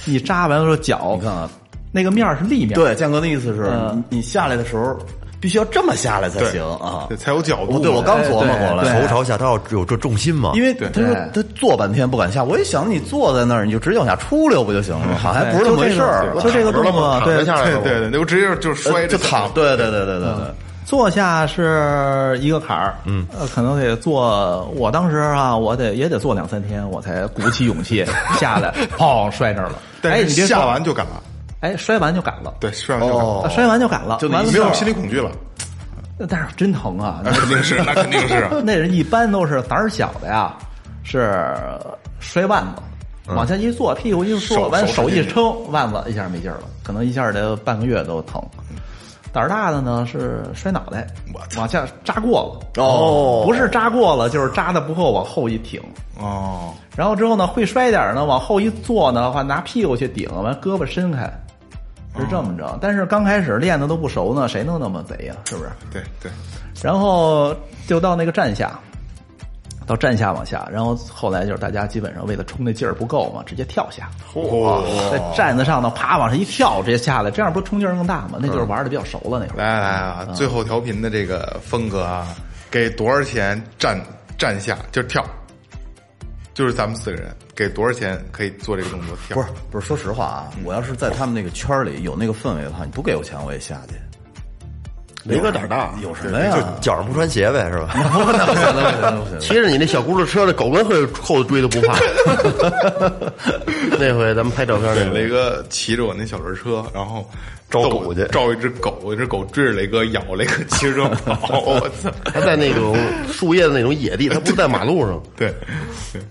S9: 你扎完了之后脚，
S4: 你看啊，
S9: 那个面儿是立面，，
S4: 对，建哥的意思是、
S9: 嗯
S4: 你你下来的时候必须要这么下来才行啊
S5: 对，哎才有角度嘛。
S4: 对，我刚琢磨过哎来，
S10: 头朝下，它要有这重心嘛？
S4: 因为
S5: 对
S4: 他
S9: 哎
S4: 说他坐半天不敢下，我一想你坐在那儿，你就直接往下出溜不就行了吗？好像还不是那么回事儿，
S9: 就这个动
S4: 啊
S9: 作，
S1: 躺
S9: 对
S1: 着，下来
S5: 对
S1: 了，
S5: 对对，我直接就摔
S4: 呃
S5: 着
S4: 就躺，对对对对对对。
S9: 坐下是一个坎儿，嗯，呃，可能得坐。我当时啊，我得也得坐两三天，我才鼓起勇气下来，砰摔那儿了。
S5: 但
S9: 哎，
S5: 是
S9: 你别说
S5: 下完，就敢了，
S9: 哎，摔完就赶了，
S5: 对，摔完就敢了，
S9: 啊摔完就赶了，
S4: 就你
S9: 完了
S5: 没
S9: 之后
S5: 有心理恐惧了，
S9: 那但是真疼啊！
S5: 那肯定是，那肯定 [laughs] 是。啊
S9: [laughs] 那人一般都是胆儿小的呀，是摔腕子，往前一坐，屁股一
S5: 嗯
S9: 坐，
S5: 手
S9: 完
S5: 手
S9: 手
S5: 指
S9: 一撑，腕子一下没劲儿了，可能一下得半个月都疼。胆儿大的呢是摔脑袋，往下扎过了
S10: 哦
S9: 不是扎过了，就是扎的不够，往后一挺。
S5: 哦，
S9: 然后之后呢，会摔点儿呢，往后一坐呢，话拿屁股去顶，完胳膊伸开，是这么着。但是刚开始练的都不熟呢，谁能那么贼呀、是不是？
S5: 对对，
S9: 然后就到那个站下，到站下往下，然后后来就是大家基本上为了冲那劲儿不够嘛，直接跳下，
S5: 哦，
S9: 在站子上呢，啪往上一跳，直接下来，这样不冲劲儿更大吗？那就是玩的比较熟了那会儿。
S5: 来来啊，最后调频的这个风格啊，给多少钱站站下就跳，就是咱们四个人给多少钱可以做这个动作跳？
S4: 不是不是，说实话啊，我要是在他们那个圈儿里有那个氛围的话，你不给我钱我也下去。
S1: 雷哥胆儿大，
S4: 有什么呀？
S10: 就
S4: [laughs]
S10: 脚上不穿鞋呗，是吧？ [laughs]
S4: 不能不行那不行那
S9: [laughs]
S4: 不行，
S1: 骑着你那小轱辘车的狗跟后后头追都不怕。那回咱们拍照片
S5: 对，
S1: 那
S5: 雷
S1: 回，
S5: 哥骑着我那小轮车，然后
S10: 招
S5: 逗
S10: 狗去
S5: 照一只狗，一只狗追着雷哥咬，雷哥骑着车跑，
S10: [laughs]
S5: 我操！
S1: 他在那种树叶的那种野地，他不是在马路上。
S5: [laughs] 对，对，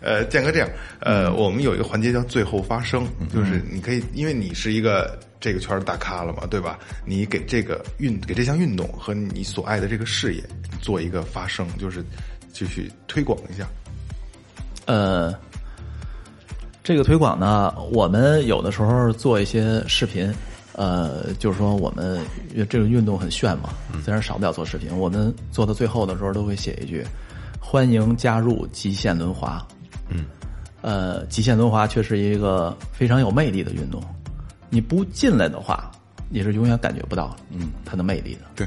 S5: 呃，建哥这样，呃，我们有一个环节叫最后发声，就是你可以，因为你是一个这个圈儿的大咖了嘛，对吧？你给这个运给这项运动和你所爱的这个事业做一个发声，就是继续推广一下。
S9: 呃，这个推广呢，我们有的时候做一些视频，呃，就是说我们这个运动很炫嘛，虽然少不了做视频，我们做到最后的时候都会写一句：“欢迎加入极限轮滑。”嗯，呃，极限轮滑却是一个非常有魅力的运动，你不进来的话，你是永远感觉不到嗯它的魅力的。
S5: 对，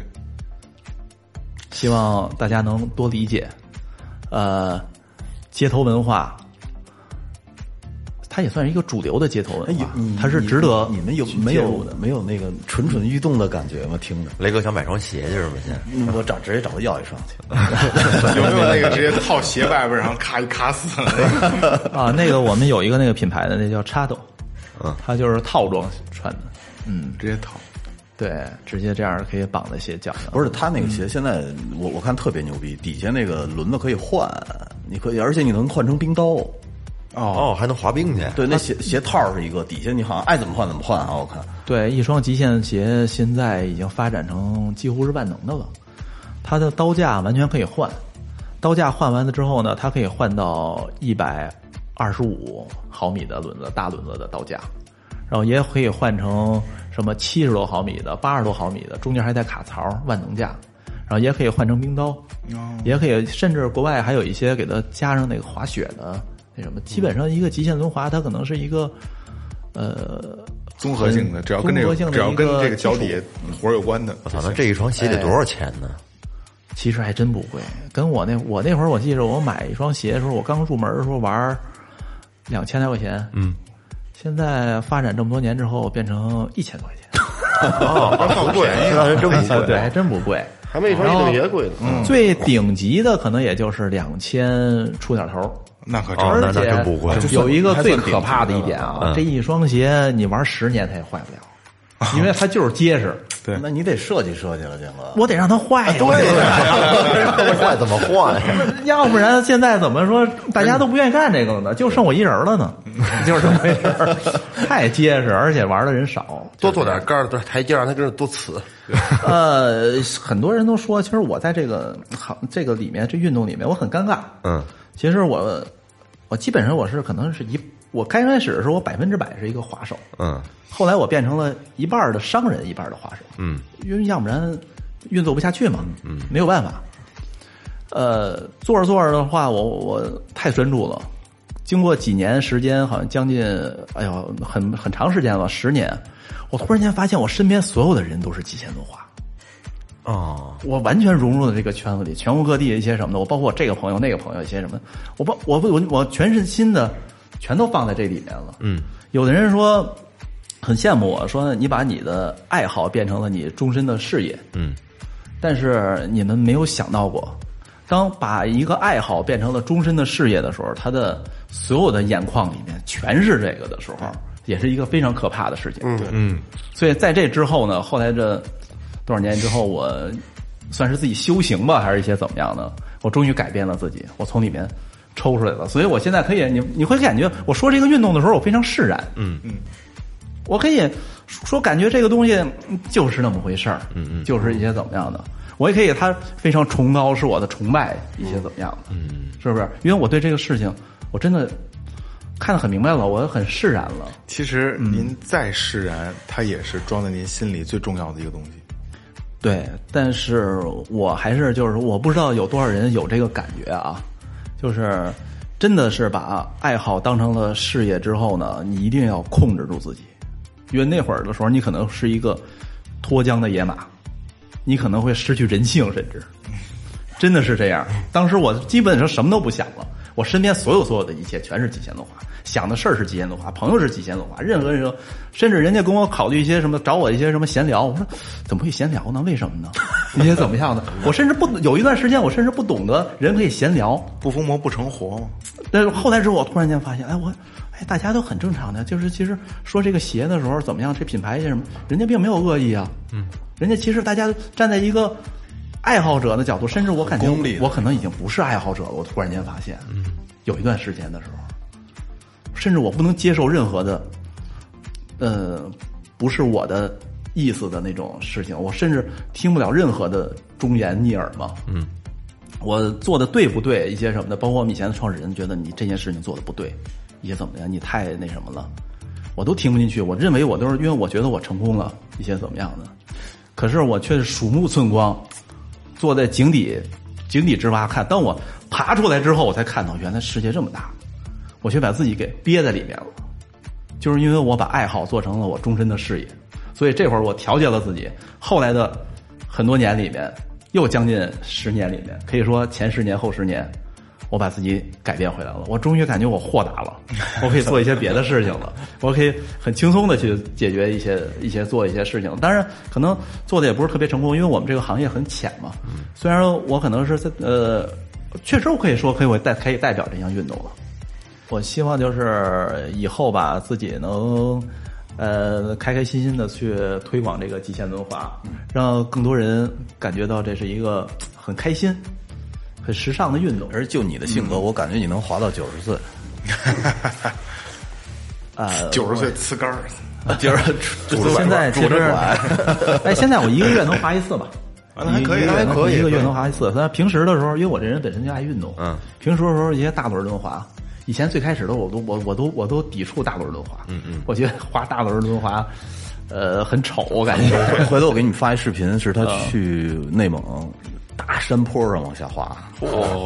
S9: 希望大家能多理解。呃，街头文化，它也算是一个主流的街头
S4: 哎
S9: 文
S4: 有
S9: 化
S4: 你，
S9: 它是
S4: 你
S9: 值得
S4: 你们有
S9: 去
S4: 没
S9: 介
S4: 有
S9: 入的。
S4: 没有那个蠢蠢欲动的感觉吗？听着，
S10: 雷哥想买双鞋去是不是？现在
S9: 嗯
S4: 我找直接找他要一双去。
S5: [laughs] 有没有那个直接套鞋外边，然后咔一卡死的那个？ [laughs]
S9: 啊？那个我们有一个那个品牌的，那叫插斗，
S4: 嗯
S9: 它就是套装穿的，嗯，
S5: 直接套。
S9: 对，直接这样可以绑在鞋脚上。
S4: 不是他那个鞋，现在我我看特别牛逼，底下那个轮子可以换，你可以，而且你能换成冰刀。
S10: 哦，还能滑冰去？
S9: 啊
S4: 对，那鞋鞋套是一个，底下你好像爱怎么换怎么换啊！我看
S9: 对，一双极限鞋现在已经发展成几乎是万能的了，它的刀架完全可以换，刀架换完了之后呢，它可以换到一百二十五毫米的轮子，大轮子的刀架，然后也可以换成什么七十多毫米的、八十多毫米的，中间还带卡槽万能架，然后也可以换成冰刀，也可以，甚至国外还有一些给它加上那个滑雪的那什么，基本上一个极限轮滑，它可能是一个。呃，
S5: 综合性的，
S9: 很
S5: 只要跟这
S9: 综
S5: 个，
S9: 合性的
S5: 只要跟
S9: 一个
S5: 这个脚底
S9: 基础
S5: 活儿有关的，
S10: 我操，那这一双鞋得多少钱呢？
S9: 其实还真不贵。跟我那我那会儿，我记着我买一双鞋的时候，我刚入门的时候玩两千来块钱，嗯，现在发展这么多年之后，变成一千多块钱，
S5: [laughs]
S1: 放贵，
S10: 那人真不贵。
S9: 对，还真不贵。
S1: 还没一双运动鞋贵呢。 [laughs]
S10: 嗯
S9: 最顶级的可能也就是两千出点头儿，
S5: 那可真
S10: 哦，
S9: 而
S10: 那那
S9: 且
S10: 真不嗯贵。
S9: 有一个最可怕的一点啊，这一双鞋你玩十年它也坏不
S10: 哦
S9: 了，因为它就是结实，
S5: 对
S4: 那你得设计设计了，建哥。
S9: 我得让它坏呀。我得
S1: [laughs]
S10: 换怎么换呀？
S9: [laughs] 要不然现在怎么说大家都不愿意干这个了呢？就剩我一人了呢，就是这么回事儿，太结实，而且玩的人少。
S1: 多做点杆儿，对台阶让他跟着多呲。
S9: 呃，很多人都说，其实我在这个行这个里面，这运动里面，我很尴尬。
S10: 嗯，
S9: 其实我我基本上我是可能是一，我刚开始的时候我百分之百是一个滑手，
S10: 嗯，
S9: 后来我变成了一半儿的商人，一半儿的滑手。嗯，因为要不然运作不下去嘛。嗯，没有办法。呃，做着做着的话，我我太专注了。经过几年时间，好像将近，哎呦，很很长时间了，十年。我突然间发现，我身边所有的人都是极限轮滑。
S10: 哦，
S9: 我完全融入了这个圈子里，全国各地的一些什么的，我包括我这个朋友、那个朋友一些什么，我包我我我全身心的全都放在这里面了。嗯，有的人说很羡慕我说你把你的爱好变成了你终身的事业。嗯，但是你们没有想到过，当把一个爱好变成了终身的事业的时候，他的所有的眼眶里面全是这个的时候，也是一个非常可怕的事情。嗯嗯，所以在这之后呢，后来这多少年之后，我算是自己修行吧，还是一些怎么样的？我终于改变了自己，我从里面抽出来了，所以我现在可以，你你会感觉我说这个运动的时候，我非常释然，嗯嗯，我可以说感觉这个东西嗯就是那么回事儿，嗯嗯，就是一些怎么样的。我也可以，他非常崇高是我的崇拜，一些怎么样的，嗯，是不是？因为我对这个事情，我真的看得很明白了，我很释然了。
S5: 其实您再释然，它也是装在您心里最重要的一个东西。
S9: 对，但是我还是就是我不知道有多少人有这个感觉啊，就是真的是把爱好当成了事业之后呢，你一定要控制住自己，因为那会儿的时候，你可能是一个脱缰的野马，你可能会失去人性，甚至真的是这样。当时我基本上什么都不想了，我身边所有所有的一切全是极限轮滑，想的事儿是极限轮滑，朋友是极限轮滑，任何人，甚至人家跟我考虑一些什么，找我一些什么闲聊，我说怎么会闲聊呢？为什么呢？一些怎么样的？我甚至不有一段时间，我甚至不懂得人可以闲聊，
S5: 不疯魔不成活嘛。
S9: 但是后来之后，我突然间发现，哎，我，哎，大家都很正常的，就是其实说这个鞋的时候怎么样，这品牌是什么，人家并没有恶意啊，嗯，人家其实大家站在一个爱好者的角度，甚至我感觉
S4: 功利的
S9: 我可能已经不是爱好者了，我突然间发现，嗯，有一段时间的时候，甚至我不能接受任何的，呃，不是我的意思的那种事情，我甚至听不了任何的忠言逆耳嘛，嗯。我做的对不对，一些什么的，包括我们以前的创始人觉得你这件事情做的不对，一些怎么样，你太那什么了，我都听不进去。我认为我都是因为我觉得我成功了，一些怎么样的，可是我却是鼠目寸光，坐在井底井底之蛙看。当我爬出来之后，我才看到原来世界这么大，我却把自己给憋在里面了。就是因为我把爱好做成了我终身的事业，所以这会儿我调节了自己。后来的很多年里面，又将近十年里面，可以说前十年后十年，我把自己改变回来了。我终于感觉我豁达了，我可以做一些别的事情了，我可以很轻松的去解决一些一些做一些事情。当然，可能做的也不是特别成功，因为我们这个行业很浅嘛。虽然我可能是在呃，确实我可以说可以我代可以代表这项运动了。我希望就是以后吧，自己能呃开开心心的去推广这个极限轮滑，让更多人感觉到这是一个很开心、很时尚的运 [laughs] 动。
S4: 而就你的性格，
S9: 嗯
S4: 我感觉你能滑到九十岁，
S5: 九十岁呲杆儿，
S4: 就是拄着
S9: 现
S4: 拐
S9: 在其实
S4: 拄着拐，
S9: [laughs] 哎，现在我一个月能滑一次 [laughs] 吧。
S5: 啊那还可以
S9: 一个月
S5: 还可以
S9: 一个月能滑一次。但是平时的时候，因为我这人本身就爱运动，嗯，平时的时候一些大轮轮滑，以前最开始的我都我我都我都抵触大轮轮滑，嗯嗯，我觉得滑大轮轮滑，呃，很丑，我感觉。
S4: [laughs] 回头我给你们发一视频，是他去内蒙大山坡上往下滑，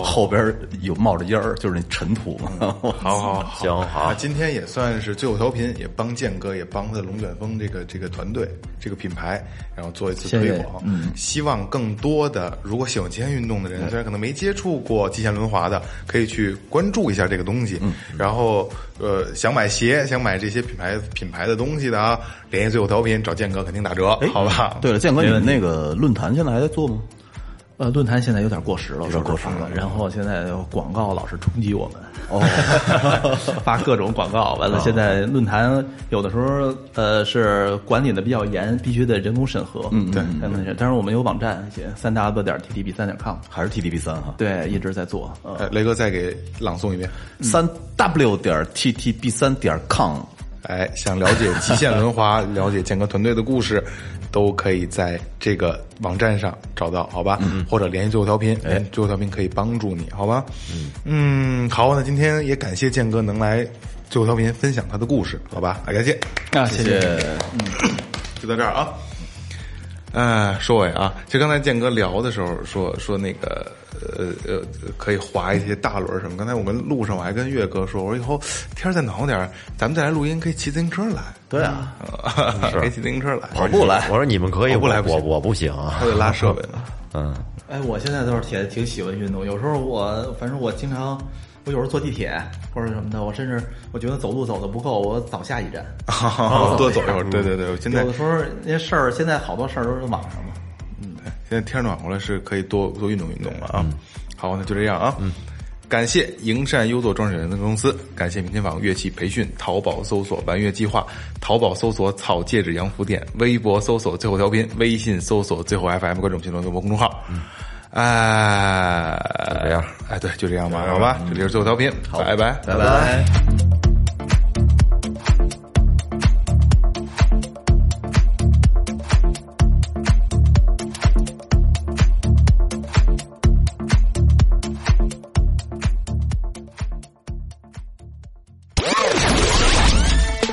S4: 后边有冒着烟儿，就是那尘土嘛。 [laughs]
S5: 好好好，
S10: 行好
S5: 那啊今天也算是最后调频，也帮建哥，也帮他龙卷风这个这个团队、这个品牌，然后做一次
S9: 谢谢
S5: 推广。嗯，希望更多的如果喜欢极限运动的人，虽然可能没接触过极限轮滑的，可以去关注一下这个东西。然后呃，想买鞋、想买这些品牌品牌的东西的啊，联系最后调频找建哥，肯定打折，好吧？
S4: 对了，建哥，你们那个论坛现在还在做吗？
S9: 呃，论坛现在有点过时了，有
S4: 点过时
S9: 了。然后现在广告老是冲击我们，哦， [laughs] 发各种广告。完了，现在论坛有的时候呃是管理的比较严，必须得人工审核。嗯，对。但是我们有网站，写三 w 点 t t b 三点 com，
S4: 还是 TDB 三哈？
S9: 对，一直在做。呃，
S5: 呃，雷哥再给朗诵一遍。
S4: 三 w 点 ttb 三点 com。
S5: 哎，想了解极限轮滑， [laughs] 了解建哥团队的故事，都可以在这个网站上找到，好吧？或者联系最后调频，嗯哎，最后调频可以帮助你，好吧？嗯好，那今天也感谢建哥能来最后调频分享他的故事，好吧？啊，感谢，
S9: 啊，谢谢。
S5: 就到这儿啊。哎，说尾啊，就刚才建哥聊的时候说说那个呃呃，可以滑一些大轮儿什么。刚才我们路上我还跟岳哥说，我说以后天儿再暖和点儿，咱们再来录音可以骑自行车来。
S4: 对啊，
S5: 啊， [laughs] 可以骑自行车来，
S4: 跑步来。
S10: 我说你们可以，
S5: 哦我不来不
S10: 我
S5: 行
S10: 我不行啊
S5: 还。得拉设备 [laughs] 呢。
S10: 嗯，
S9: 哎，我现在倒是挺挺喜欢运动，有时候我反正我经常，我有时候坐地铁或者什么的，我甚至我觉得走路走的不够，我早下一站。
S5: 哦多走一会儿，对对对，我现在
S9: 有的时候那些事儿，现在好多事儿都是网上嘛。
S5: 嗯现在天暖和了，是可以多多运动运动了啊。好，那就这样啊。感谢营善优作装饰有限公司，感谢明天坊乐器培训，淘宝搜索“玩乐计划”，淘宝搜索“草戒指洋服店”，微博搜索“最后调频”，微信搜索“最后 FM”，关注我们新浪微博公众号。哎，
S10: 这样
S5: 哎，对，嗯就这样吧，好吧，嗯这里是最后调频，拜拜，
S4: 拜拜。